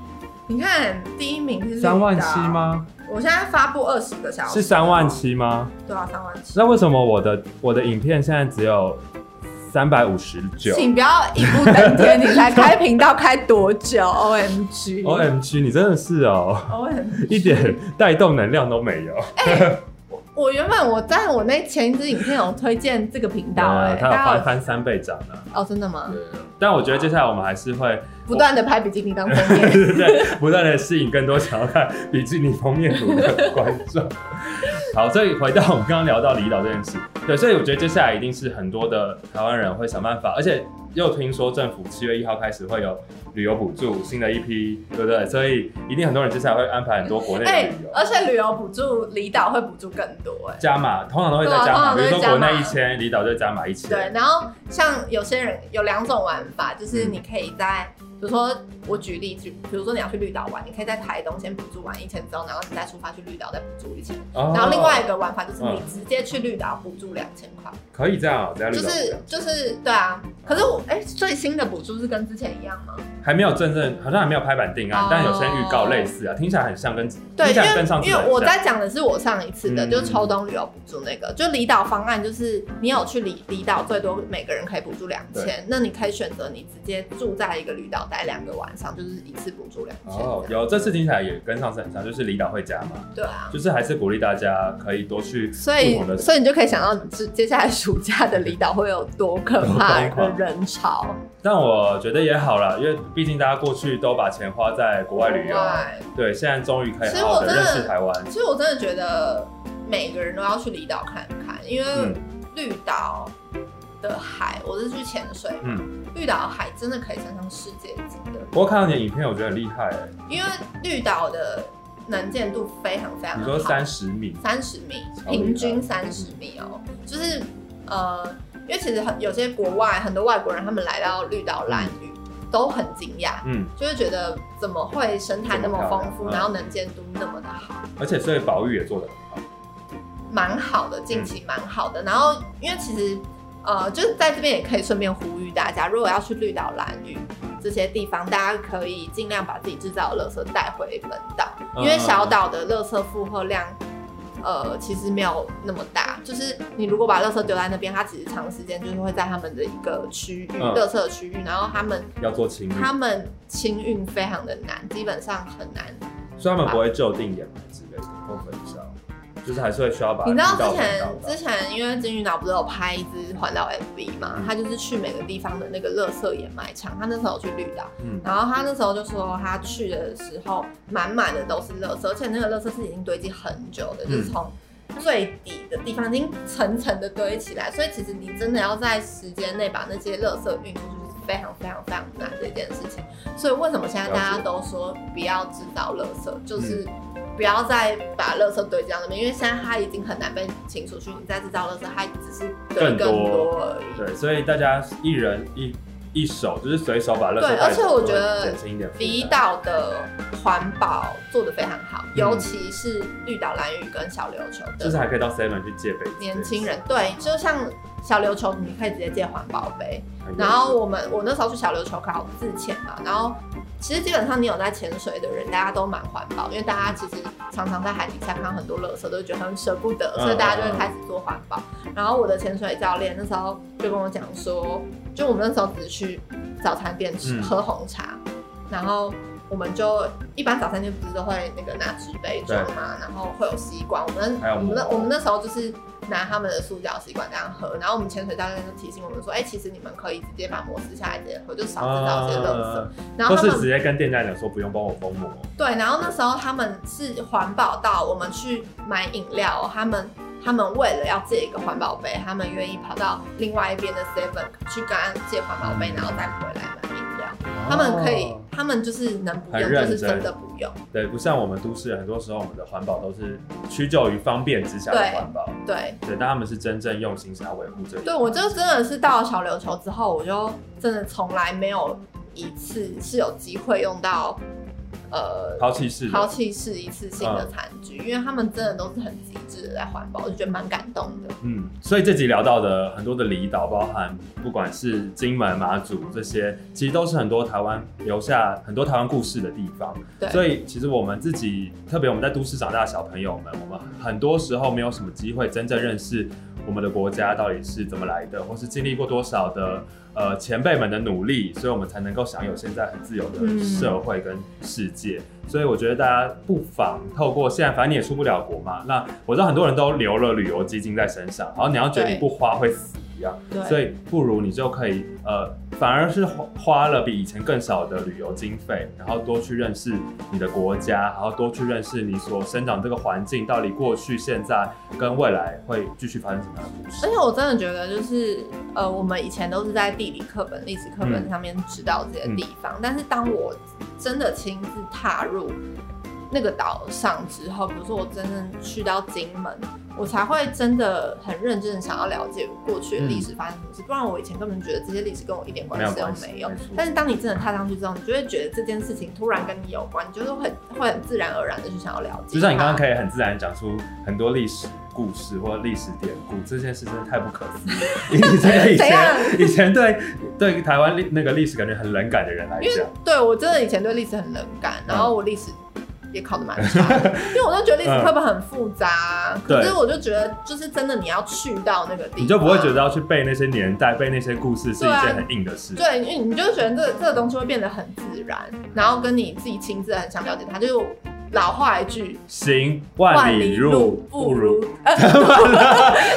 [SPEAKER 3] 你看第一名是绿岛
[SPEAKER 4] 三万七？吗？
[SPEAKER 3] 我现在发布二十个小时，
[SPEAKER 4] 是三万。七吗？
[SPEAKER 3] 对啊，三万七。
[SPEAKER 4] 那为什么我的我的影片现在只有三百五十九
[SPEAKER 3] 请不要一步登天，你才开频道开多 久？O M G
[SPEAKER 4] ？O M G，你真的是哦，
[SPEAKER 3] O M
[SPEAKER 4] 一点带动能量都没有。
[SPEAKER 3] 我原本我在我那前一支影片有推荐这个频道、哎、
[SPEAKER 4] 啊呃它有
[SPEAKER 3] 大家
[SPEAKER 4] 翻翻三倍涨了。
[SPEAKER 3] 哦，真的吗？
[SPEAKER 4] 但我觉得接下来我们还是会
[SPEAKER 3] 不断的拍比基尼当封 面，
[SPEAKER 4] 对不断的吸引更多想要看比基尼封面图的观众。好，所以回到我们刚刚聊到离岛这件事，对，所以我觉得接下来一定是很多的台湾人会想办法，而且又听说政府七月一号开始会有旅游补助，新的一批，对不对？所以一定很多人接下来会安排很多国内
[SPEAKER 3] 哎、
[SPEAKER 4] 的旅游。
[SPEAKER 3] 而且旅游补助离岛会补助更多、哎。
[SPEAKER 4] 加码，通常都会再
[SPEAKER 3] 对啊
[SPEAKER 4] 加
[SPEAKER 3] 通常
[SPEAKER 4] 码，
[SPEAKER 3] 都
[SPEAKER 4] 比如
[SPEAKER 3] 会
[SPEAKER 4] 说国内
[SPEAKER 3] 加码
[SPEAKER 4] 一千，离岛就加码一千。
[SPEAKER 3] 对，然后像有些人有两种玩法，就是
[SPEAKER 4] 嗯
[SPEAKER 3] 你可以在，比如说我举例，举，比如说你要去绿岛玩，你可以在台东先补助完一千之后，然后你再出发去绿岛再补助一千，
[SPEAKER 4] 哦，
[SPEAKER 3] 然后另外一个玩法就是你
[SPEAKER 4] 嗯
[SPEAKER 3] 直接去绿岛补助两千块，
[SPEAKER 4] 可以这样啊，在绿
[SPEAKER 3] 就
[SPEAKER 4] 岛这
[SPEAKER 3] 是
[SPEAKER 4] 样
[SPEAKER 3] 就是对啊，可是我哎、最新的补助是跟之前一样吗？
[SPEAKER 4] 还没有真正，好像还没有拍板定案
[SPEAKER 3] 哦，
[SPEAKER 4] 但有些预告类似啊，听起来很像跟
[SPEAKER 3] 对，
[SPEAKER 4] 听起
[SPEAKER 3] 因
[SPEAKER 4] 来跟上
[SPEAKER 3] 为
[SPEAKER 4] 次
[SPEAKER 3] 因为
[SPEAKER 4] 很
[SPEAKER 3] 我
[SPEAKER 4] 像
[SPEAKER 3] 在讲的是我上一次的，
[SPEAKER 4] 嗯
[SPEAKER 3] 就是秋冬旅游补助那个，就离岛方案，就是你有去离离岛，最多每个人可以补助两千，那你可以选择你直接住在一个离岛待两个晚上，就是一次补助两千。
[SPEAKER 4] 哦，有这次听起来也跟上次很像，就是离岛会加嘛，
[SPEAKER 3] 对啊，
[SPEAKER 4] 就是还是鼓励大家可以多去
[SPEAKER 3] 所
[SPEAKER 4] 不
[SPEAKER 3] 以
[SPEAKER 4] 同的
[SPEAKER 3] 所以你就可以想到，接接下来暑假的离岛会有多 可怕的人潮。
[SPEAKER 4] 但我觉得也好啦，因为毕竟大家过去都把钱花在国外旅游，
[SPEAKER 3] 对
[SPEAKER 4] 对，现在终于可以
[SPEAKER 3] 其实
[SPEAKER 4] 好好
[SPEAKER 3] 我
[SPEAKER 4] 的
[SPEAKER 3] 真
[SPEAKER 4] 认
[SPEAKER 3] 的
[SPEAKER 4] 识台湾，
[SPEAKER 3] 其实我真的觉得每个人都要去离岛看看，因为
[SPEAKER 4] 嗯
[SPEAKER 3] 绿岛的海，我是去潜水嘛，
[SPEAKER 4] 嗯。
[SPEAKER 3] 绿岛的海真的可以想象世界级的，
[SPEAKER 4] 不过看到你的影片，我觉得很厉害、欸，
[SPEAKER 3] 因为绿岛的能见度非常非常好。
[SPEAKER 4] 你说三十哦米，
[SPEAKER 3] 三十米
[SPEAKER 4] 超厉，害
[SPEAKER 3] 平均三十米哦，就是呃，因为其实很有些国外很多外国人他们来到绿岛蓝屿都很惊讶，
[SPEAKER 4] 嗯，
[SPEAKER 3] 就是觉得怎么会生态那么丰
[SPEAKER 4] 这么漂
[SPEAKER 3] 富，
[SPEAKER 4] 亮
[SPEAKER 3] 然后能见度那么的好，
[SPEAKER 4] 而且所以保育也做得很好，
[SPEAKER 3] 蛮好的，近期蛮好的。然后因为其实呃，就是在这边也可以顺便呼吁大家，如果要去绿岛蓝屿。这些地方，大家可以尽量把自己制造的垃圾带回本岛，因为小岛的垃圾负荷量，呃，其实没有那么大。就是你如果把垃圾丢在那边，它其实长时间就是会在他们的一个区域，
[SPEAKER 4] 嗯
[SPEAKER 3] 垃圾区域，然后他们
[SPEAKER 4] 要做清理，
[SPEAKER 3] 他们清运非常的难，基本上很难。
[SPEAKER 4] 所以他们不会就地掩埋之类的或焚烧，就是还是会需要把
[SPEAKER 3] 你知道
[SPEAKER 4] 绿道
[SPEAKER 3] 之前
[SPEAKER 4] 焚烧
[SPEAKER 3] 之
[SPEAKER 4] 掉
[SPEAKER 3] 前，因为金鱼岛不是有拍一支环岛 MV 嘛
[SPEAKER 4] 嗯，
[SPEAKER 3] 他就是去每个地方的那个垃圾掩埋场，他那时候有去绿岛。
[SPEAKER 4] 嗯
[SPEAKER 3] 然后他那时候就说，他去的时候满满的都是垃圾，而且那个垃圾是已经堆积很久的，
[SPEAKER 4] 嗯
[SPEAKER 3] 就是从最底的地方已经层层的堆起来，所以其实你真的要在时间内把那些垃圾运出去是非常非常非常难的一件事情。所以为什么现在大家都说不要制造垃圾，就是
[SPEAKER 4] 嗯
[SPEAKER 3] 不要再把垃圾堆积到那边，因为现在它已经很难被清出去，你再制造垃圾，它只是堆
[SPEAKER 4] 更
[SPEAKER 3] 更
[SPEAKER 4] 多
[SPEAKER 3] 多而已。
[SPEAKER 4] 对，所以大家一人一一手，就是随手把垃圾
[SPEAKER 3] 对
[SPEAKER 4] 带
[SPEAKER 3] 而且
[SPEAKER 4] 走
[SPEAKER 3] 我
[SPEAKER 4] 会
[SPEAKER 3] 觉得
[SPEAKER 4] 减轻一点负担
[SPEAKER 3] 离岛的环保做得非常好，尤其是绿岛蓝屿跟小琉球
[SPEAKER 4] 嗯就是
[SPEAKER 3] 的
[SPEAKER 4] 啊还可以到 seven 去借杯子，
[SPEAKER 3] 年轻人，对，就像小琉球，你可以直接借环保杯。
[SPEAKER 4] 很有趣，
[SPEAKER 3] 然后我们我那时候去小琉球考自潜嘛，然后其实基本上你有在潜水的人，大家都蛮环保，因为大家其实常常在海底下看到很多垃圾，都觉得很舍不得，
[SPEAKER 4] 嗯
[SPEAKER 3] 所以大家就会开始做环保。然后我的潜水教练那时候就跟我讲说，就我们那时候只是去早餐店吃、
[SPEAKER 4] 嗯
[SPEAKER 3] 喝红茶，然后。我们就一般早餐店不是都会那个拿纸杯装嘛，然后会有吸管。我们
[SPEAKER 4] 还有
[SPEAKER 3] 我们那
[SPEAKER 4] 膜
[SPEAKER 3] 我们那时候就是拿他们的塑胶吸管这样喝，然后我们潜水教练就提醒我们说，哎、其实你们可以直接把膜撕下来直接喝，就少制造一些垃圾。
[SPEAKER 4] 啊
[SPEAKER 3] 然后
[SPEAKER 4] 或
[SPEAKER 3] 他
[SPEAKER 4] 是直
[SPEAKER 3] 们
[SPEAKER 4] 接跟店家讲说不用帮我封膜，
[SPEAKER 3] 对，然后那时候他们是环保到我们去买饮料哦，他们他们为了要借一个环保杯，他们愿意跑到另外一边的 Seven 去跟他借环保
[SPEAKER 4] 嗯
[SPEAKER 3] 杯，然后再回来买饮料。他们可以
[SPEAKER 4] 哦，
[SPEAKER 3] 他们就是能不用
[SPEAKER 4] 很认
[SPEAKER 3] 就是真
[SPEAKER 4] 真
[SPEAKER 3] 的不用。
[SPEAKER 4] 对，不像我们都市人，很多时候我们的环保都是屈就于方便之下的
[SPEAKER 3] 对
[SPEAKER 4] 环保，
[SPEAKER 3] 对，
[SPEAKER 4] 对，但他们是真正用心想要维护这个。
[SPEAKER 3] 对，我就真的是到了小琉球之后，我就真的从来没有一次是有机会用到呃
[SPEAKER 4] 抛弃式的嗯
[SPEAKER 3] 抛弃式一次性的餐具，因为他们真的都是很极致的在环保，我就觉得蛮感动的。
[SPEAKER 4] 嗯，所以这集聊到的很多的离岛，包含不管是金门、马祖这些，其实都是很多台湾留下很多台湾故事的地方。
[SPEAKER 3] 对
[SPEAKER 4] 所以其实我们自己，特别我们在都市长大的小朋友们，我们很多时候没有什么机会真正认识我们的国家到底是怎么来的，或是经历过多少的呃前辈们的努力，所以我们才能够享有现在很自由的
[SPEAKER 3] 嗯
[SPEAKER 4] 社会跟世界。所以我觉得大家不妨透过现在，反正你也出不了国嘛。那我知道很多人都留了旅游基金在身上，好像你要觉得你
[SPEAKER 3] 对
[SPEAKER 4] 不花会死一样。
[SPEAKER 3] 对，
[SPEAKER 4] 所以不如你就可以呃，反而是花花了比以前更少的旅游经费，然后多去认识你的国家，然后多去认识你所生长这个环境到底过去、现在跟未来会继续发生什么样的故事
[SPEAKER 3] 而。且我真的觉得，就是呃，我们以前都是在地理课本、历史课本
[SPEAKER 4] 嗯
[SPEAKER 3] 上面知道这些地方，但是当我真的亲自踏入那个岛上之后，比如说我真正去到金门，我才会真的很认真的想要了解过去的
[SPEAKER 4] 嗯
[SPEAKER 3] 历史发生什么事，不然我以前根本觉得这些历史跟我一点关系都没有
[SPEAKER 4] 没有关系没错。
[SPEAKER 3] 但是当你真的踏上去之后，你就会觉得这件事情突然跟你有关，你就是会会很自然而然的去想要了解它。
[SPEAKER 4] 就像你刚刚可以很自然地讲出很多历史故事或历史典故，这件事真的太不可思 议。以这个以
[SPEAKER 3] 怎样
[SPEAKER 4] 前以前对对台湾历那个历史感觉很冷感的人来
[SPEAKER 3] 因
[SPEAKER 4] 讲嗯
[SPEAKER 3] 为，对我真的以前对历史很冷感，然后我历史也考的蛮差的，因为我就觉得历史课本很复杂，可是
[SPEAKER 4] 对
[SPEAKER 3] 我就觉得就是真的你要去到那个地方，
[SPEAKER 4] 你就不会觉得要去背那些年代、背那些故事是一
[SPEAKER 3] 对啊
[SPEAKER 4] 件很硬的事。
[SPEAKER 3] 对，因为你就觉得这这个东西会变得很自然，然后跟你自己亲自很想了解它，就是我老话一句，
[SPEAKER 4] 行万里路不如，
[SPEAKER 3] 呃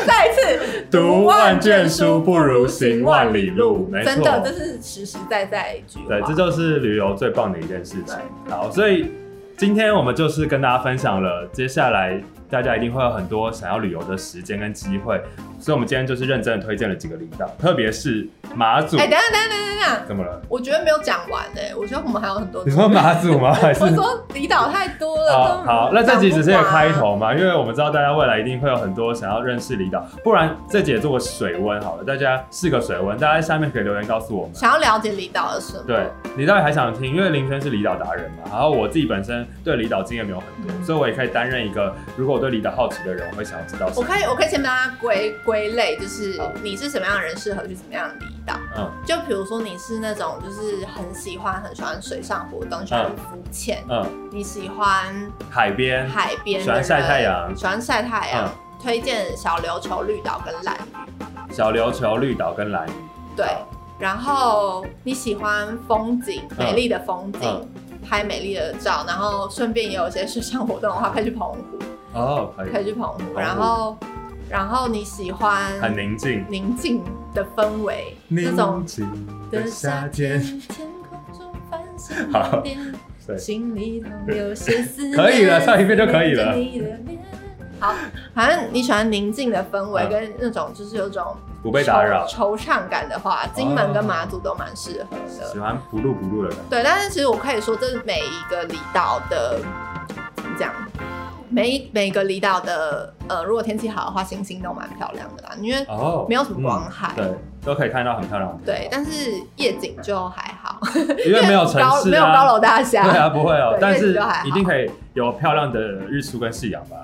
[SPEAKER 3] 再一次
[SPEAKER 4] 读万卷书不如行万里路没错
[SPEAKER 3] 真的，这是实实在在一句话。
[SPEAKER 4] 对，这就是旅游最棒的一件事情。好，所以今天我们就是跟大家分享了，接下来大家一定会有很多想要旅游的时间跟机会，所以我们今天就是认真的推荐了几个离岛，特别是马祖。
[SPEAKER 3] 哎、等一下等一下等一下等一下，
[SPEAKER 4] 怎么了？
[SPEAKER 3] 我觉得没有讲完哎、我觉得我们还有很多。
[SPEAKER 4] 你说马祖吗？还是
[SPEAKER 3] 我？说离岛太多了，
[SPEAKER 4] 好
[SPEAKER 3] 都
[SPEAKER 4] 好，那这集只是一个
[SPEAKER 3] 讲不啊完
[SPEAKER 4] 开。头嘛，因为我们知道大家未来一定会有很多想要认识离岛，不然这集也做个水温好了，大家试个水温，大家在下面可以留言告诉我们。
[SPEAKER 3] 想要了解离岛的什么？
[SPEAKER 4] 对，你到底还想听？因为林轩是离岛达人嘛，然后我自己本身对离岛经验没有很多，
[SPEAKER 3] 嗯
[SPEAKER 4] 所以我也可以担任一个，如果我对离岛好奇的人，我会想要知道什
[SPEAKER 3] 我
[SPEAKER 4] 么。
[SPEAKER 3] 可以，我可以先帮他归归类，就是
[SPEAKER 4] 好
[SPEAKER 3] 你是什么样的人适合去什么样的离岛。
[SPEAKER 4] 嗯
[SPEAKER 3] 就比如说你是那种就是很喜欢很喜欢水上活动，喜欢浮潜，
[SPEAKER 4] 嗯，
[SPEAKER 3] 你喜欢
[SPEAKER 4] 海边，
[SPEAKER 3] 海边的人，
[SPEAKER 4] 喜欢晒太阳嗯
[SPEAKER 3] 喜欢晒太阳。推荐小琉球、绿岛跟蓝屿。
[SPEAKER 4] 小琉球、绿岛跟蓝屿。
[SPEAKER 3] 对，然后你喜欢风景，
[SPEAKER 4] 嗯
[SPEAKER 3] 美丽的风景。
[SPEAKER 4] 嗯
[SPEAKER 3] 拍美丽的照，然后顺便也有一些水上活动的话，可以去澎湖，
[SPEAKER 4] 哦，可
[SPEAKER 3] 可以
[SPEAKER 4] 以，
[SPEAKER 3] 去澎湖。
[SPEAKER 4] 湖
[SPEAKER 3] 然后，然后你喜欢
[SPEAKER 4] 很宁静，
[SPEAKER 3] 宁静的氛围，那种
[SPEAKER 4] 宁静
[SPEAKER 3] 的
[SPEAKER 4] 的
[SPEAKER 3] 夏
[SPEAKER 4] 夏
[SPEAKER 3] 天
[SPEAKER 4] 天。，
[SPEAKER 3] 天空中繁星点点，
[SPEAKER 4] 对，
[SPEAKER 3] 心里头有些思念。
[SPEAKER 4] 可以了唱一遍就可以了
[SPEAKER 3] 思念着你的脸。好，反正你喜欢宁静的氛围，
[SPEAKER 4] 嗯
[SPEAKER 3] 跟那种就是有种
[SPEAKER 4] 不被打扰，
[SPEAKER 3] 惆惆怅感的话，金门跟马祖都蛮适合
[SPEAKER 4] 喜
[SPEAKER 3] 的。
[SPEAKER 4] 欢不露不露的感觉。
[SPEAKER 3] 对，但是其实我可以说，这是每一个离岛的怎么讲？每一每个离岛的，呃，如果天气好的话，星星都蛮漂亮的啦，因为
[SPEAKER 4] 哦，
[SPEAKER 3] 没有什么光害。
[SPEAKER 4] 对，都可以看到很漂亮的。
[SPEAKER 3] 对，，但是夜景就还好，
[SPEAKER 4] 因为没有城
[SPEAKER 3] 高
[SPEAKER 4] 市啊，
[SPEAKER 3] 没有高楼大厦。
[SPEAKER 4] 对啊，不会哦
[SPEAKER 3] 对，
[SPEAKER 4] 但
[SPEAKER 3] 日
[SPEAKER 4] 是
[SPEAKER 3] 子就还好
[SPEAKER 4] 一定可以有漂亮的日出跟夕阳吧。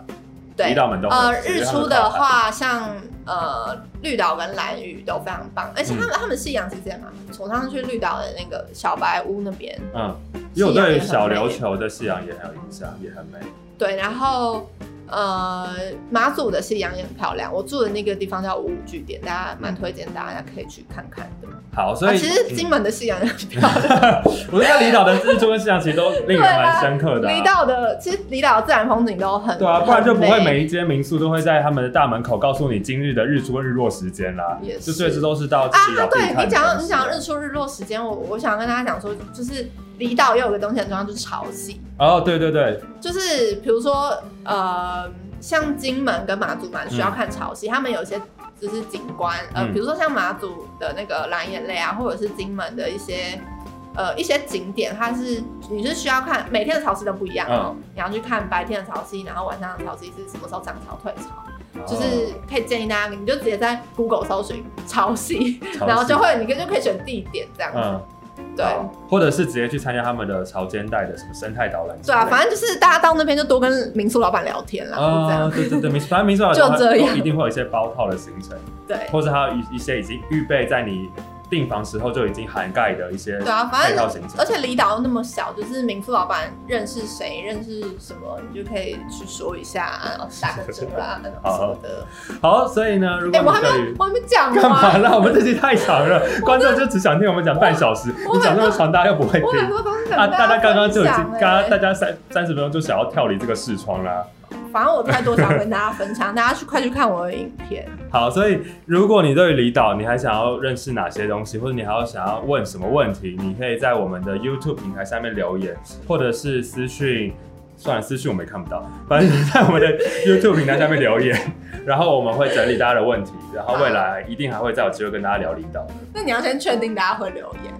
[SPEAKER 3] 对
[SPEAKER 4] 离岛们都很
[SPEAKER 3] 呃，
[SPEAKER 4] 适合
[SPEAKER 3] 日出的话，像呃绿岛跟蓝屿都非常棒，而
[SPEAKER 4] 嗯
[SPEAKER 3] 且他们、他们夕阳其实也蛮不错。上次去绿岛的那个小白屋那边，
[SPEAKER 4] 嗯，因为我对小琉球的夕阳也很有印象，也很美。
[SPEAKER 3] 对，然后呃马祖的夕阳也很漂亮。我住的那个地方叫五五据点，大家蛮推荐大家可以去看看的。
[SPEAKER 4] 好，所以、嗯
[SPEAKER 3] 啊、其实 金门的夕阳也很漂亮。
[SPEAKER 4] 我觉得离岛的日出跟夕阳其实都令人蛮深刻 的、
[SPEAKER 3] 离岛的其实离岛的自然风景都很
[SPEAKER 4] 啊对啊，不然就不会
[SPEAKER 3] 很美
[SPEAKER 4] 每一间民宿都会在他们的大门口告诉你今日的日出跟日落时间啦。
[SPEAKER 3] 也是
[SPEAKER 4] 就随时都是到
[SPEAKER 3] 啊
[SPEAKER 4] 离岛，必
[SPEAKER 3] 对
[SPEAKER 4] 看的
[SPEAKER 3] 你讲到
[SPEAKER 4] 东西
[SPEAKER 3] 你讲到日出日落时间，我我想跟大家讲说，就是离岛也有个东西很重要，就是潮汐。
[SPEAKER 4] 哦，对对对，
[SPEAKER 3] 就是比如说，呃，像金门跟马祖蛮需要看潮汐，他们有一些就是景观，呃，
[SPEAKER 4] 嗯
[SPEAKER 3] 比如说像马祖的那个蓝眼泪啊，或者是金门的一些。呃，一些景点它是你是需要看每天的潮汐都不一样
[SPEAKER 4] 嗯
[SPEAKER 3] 哦，你要去看白天的潮汐，然后晚上的潮汐是什么时候涨潮退潮，
[SPEAKER 4] 哦
[SPEAKER 3] 就是可以建议大家，你就直接在 Google 搜寻潮汐，
[SPEAKER 4] 哦潮汐
[SPEAKER 3] 然后就会你可以就可以选地点这样子，
[SPEAKER 4] 嗯，
[SPEAKER 3] 对
[SPEAKER 4] 好，或者是直接去参加他们的潮间带的什么生态导览之
[SPEAKER 3] 对
[SPEAKER 4] 类的。
[SPEAKER 3] 啊，反正就是大家到那边就多跟民宿老板聊天啦，就这
[SPEAKER 4] 啊、
[SPEAKER 3] 样
[SPEAKER 4] 对对对，民反正民宿 老
[SPEAKER 3] 就
[SPEAKER 4] 板
[SPEAKER 3] 这样
[SPEAKER 4] 都一定会有一些包套的行程，
[SPEAKER 3] 对。
[SPEAKER 4] 或者还有一一些已经预备在你订房时候就已经涵盖的一些
[SPEAKER 3] 对啊，反
[SPEAKER 4] 配套
[SPEAKER 3] 正
[SPEAKER 4] 行程。
[SPEAKER 3] 而且离岛又那么小，就是民宿老板认识谁、认识什么，你就可以去说一下 啊，然后打个折啊然后什么的。
[SPEAKER 4] 好，所以呢，如
[SPEAKER 3] 哎、
[SPEAKER 4] 果你
[SPEAKER 3] 我还没
[SPEAKER 4] 对
[SPEAKER 3] 有
[SPEAKER 4] 于，
[SPEAKER 3] 我还没讲
[SPEAKER 4] 干嘛
[SPEAKER 3] 完，
[SPEAKER 4] 啦？我们这集太长了， 观众就只想听我们讲半小时，
[SPEAKER 3] 我
[SPEAKER 4] 你讲那么长，大家又不会
[SPEAKER 3] 我很
[SPEAKER 4] 听。
[SPEAKER 3] 多东西想
[SPEAKER 4] 啊，
[SPEAKER 3] 跟
[SPEAKER 4] 大家刚刚就已经，
[SPEAKER 3] 分享
[SPEAKER 4] 刚刚
[SPEAKER 3] 欸
[SPEAKER 4] 大家三三十分钟就想要跳离这个视窗啦。
[SPEAKER 3] 反正我太多想跟大家分享， 大家去快去看我的影片。
[SPEAKER 4] 好，所以如果你对于离岛你还想要认识哪些东西，或者你还要想要问什么问题，你可以在我们的 YouTube 平台下面留言，或者是私讯。算了，私讯我们也看不到，反正你在我们的 YouTube 平台下面留言，然后我们会整理大家的问题，然后未来一定还会再有机会跟大家聊离岛。
[SPEAKER 3] 那你要先确定大家会留言，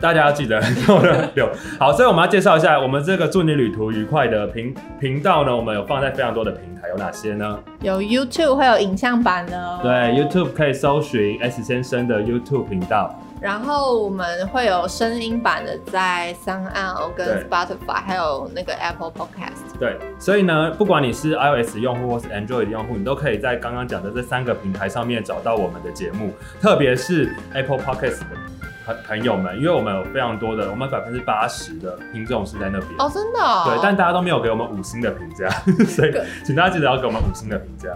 [SPEAKER 4] 大家要记得多留。好，所以我们要介绍一下我们这个祝你旅途愉快的频频道呢，我们有放在非常多的平台，有哪些呢？
[SPEAKER 3] 有 YouTube 会有影像版的哦。
[SPEAKER 4] 对。，YouTube 啊可以搜寻 S 先生的 YouTube 频道。
[SPEAKER 3] 然后我们会有声音版的，在 s o u n 跟
[SPEAKER 4] 对
[SPEAKER 3] Spotify，还有那个 Apple Podcast。
[SPEAKER 4] 对，所以呢，不管你是 iOS 用户或是 Android 用户，你都可以在刚刚讲的这三个平台上面找到我们的节目，特别是 Apple Podcast 的朋朋友们，因为我们有非常多的，我们百分之八十的听众是在那边。
[SPEAKER 3] 哦，真的、哦。
[SPEAKER 4] 对，但大家都没有给我们五星的评价， 所以请大家记得要给我们五星的评价。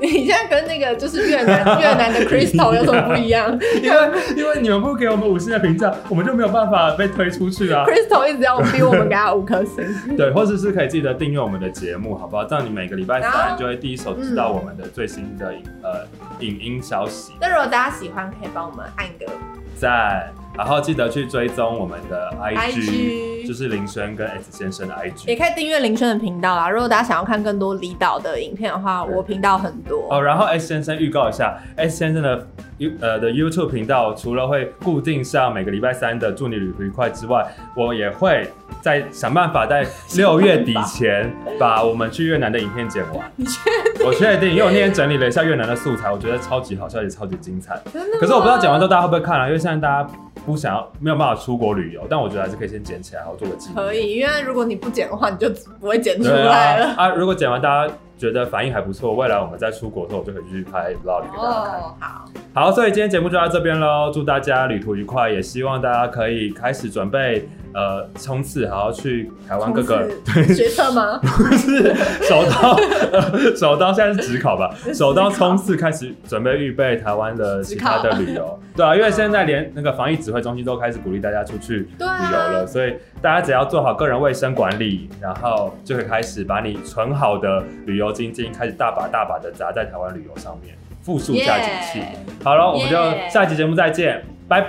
[SPEAKER 3] 你现在跟那个就是越南越 南的 Crystal 有什么不一样？
[SPEAKER 4] 因为因为你们不给我们五星的评价，我们就没有办法被推出 去啊。
[SPEAKER 3] Crystal 一直要逼我们给他五颗星。
[SPEAKER 4] 对，或者是可以记得订阅我们的节目，好不好？这样你每个礼拜三就会第一手知道我们的最新的影、嗯、呃影音消息。
[SPEAKER 3] 那如果大家喜欢，可以帮我们按个
[SPEAKER 4] 赞，然后记得去追踪我们的 IG，,
[SPEAKER 3] IG
[SPEAKER 4] 就是林轩跟 S 先生的 IG。
[SPEAKER 3] 也可以订阅林轩的频道啦。如果大家想要看更多离岛的影片的话，我频道。很多
[SPEAKER 4] 哦，然后 S 先生预告一下，S 先生的 You 呃的 YouTube 频道，除了会固定上每个礼拜三的祝你旅途愉快之外，我也会在想办法在六月底前把我们去越南的影片剪 完。
[SPEAKER 3] 你确定？
[SPEAKER 4] 我确定，因为我那天整理了一下越南的素材，我觉得超级好笑，也超级精彩。
[SPEAKER 3] 真的？
[SPEAKER 4] 可是我不知道剪完之后大家会不会看啊，因为现在大家。不想要没有办法出国旅游，但我觉得还是可以先捡起来，好做个记录。
[SPEAKER 3] 可以，因为如果你不剪的话，你就不会 剪出来了。啊,
[SPEAKER 4] 啊，如果剪完大家觉得反应还不错，未来我们再出国的时候，我就可以去拍 vlog 给大家看。
[SPEAKER 3] 哦，好。
[SPEAKER 4] 好，所以今天节目就到这边喽，祝大家旅途愉快，也希望大家可以开始准备，呃，冲刺，好好去台湾各个
[SPEAKER 3] 学测吗？
[SPEAKER 4] 不是，首刀，呃、首刀现在是职考 吧？首刀冲刺开始准备预备台湾的其他的旅游，对啊，因为现在连那个防疫指挥中心都开始鼓励大家出去旅游了，
[SPEAKER 3] 啊、
[SPEAKER 4] 所以大家只要做好个人卫生管理，然后就可以开始把你存好的旅游基金开始大把大把的砸在台湾旅游上面。复数加减器。好了，我们就下期节目再见，拜
[SPEAKER 3] 拜
[SPEAKER 4] 拜。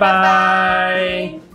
[SPEAKER 3] 拜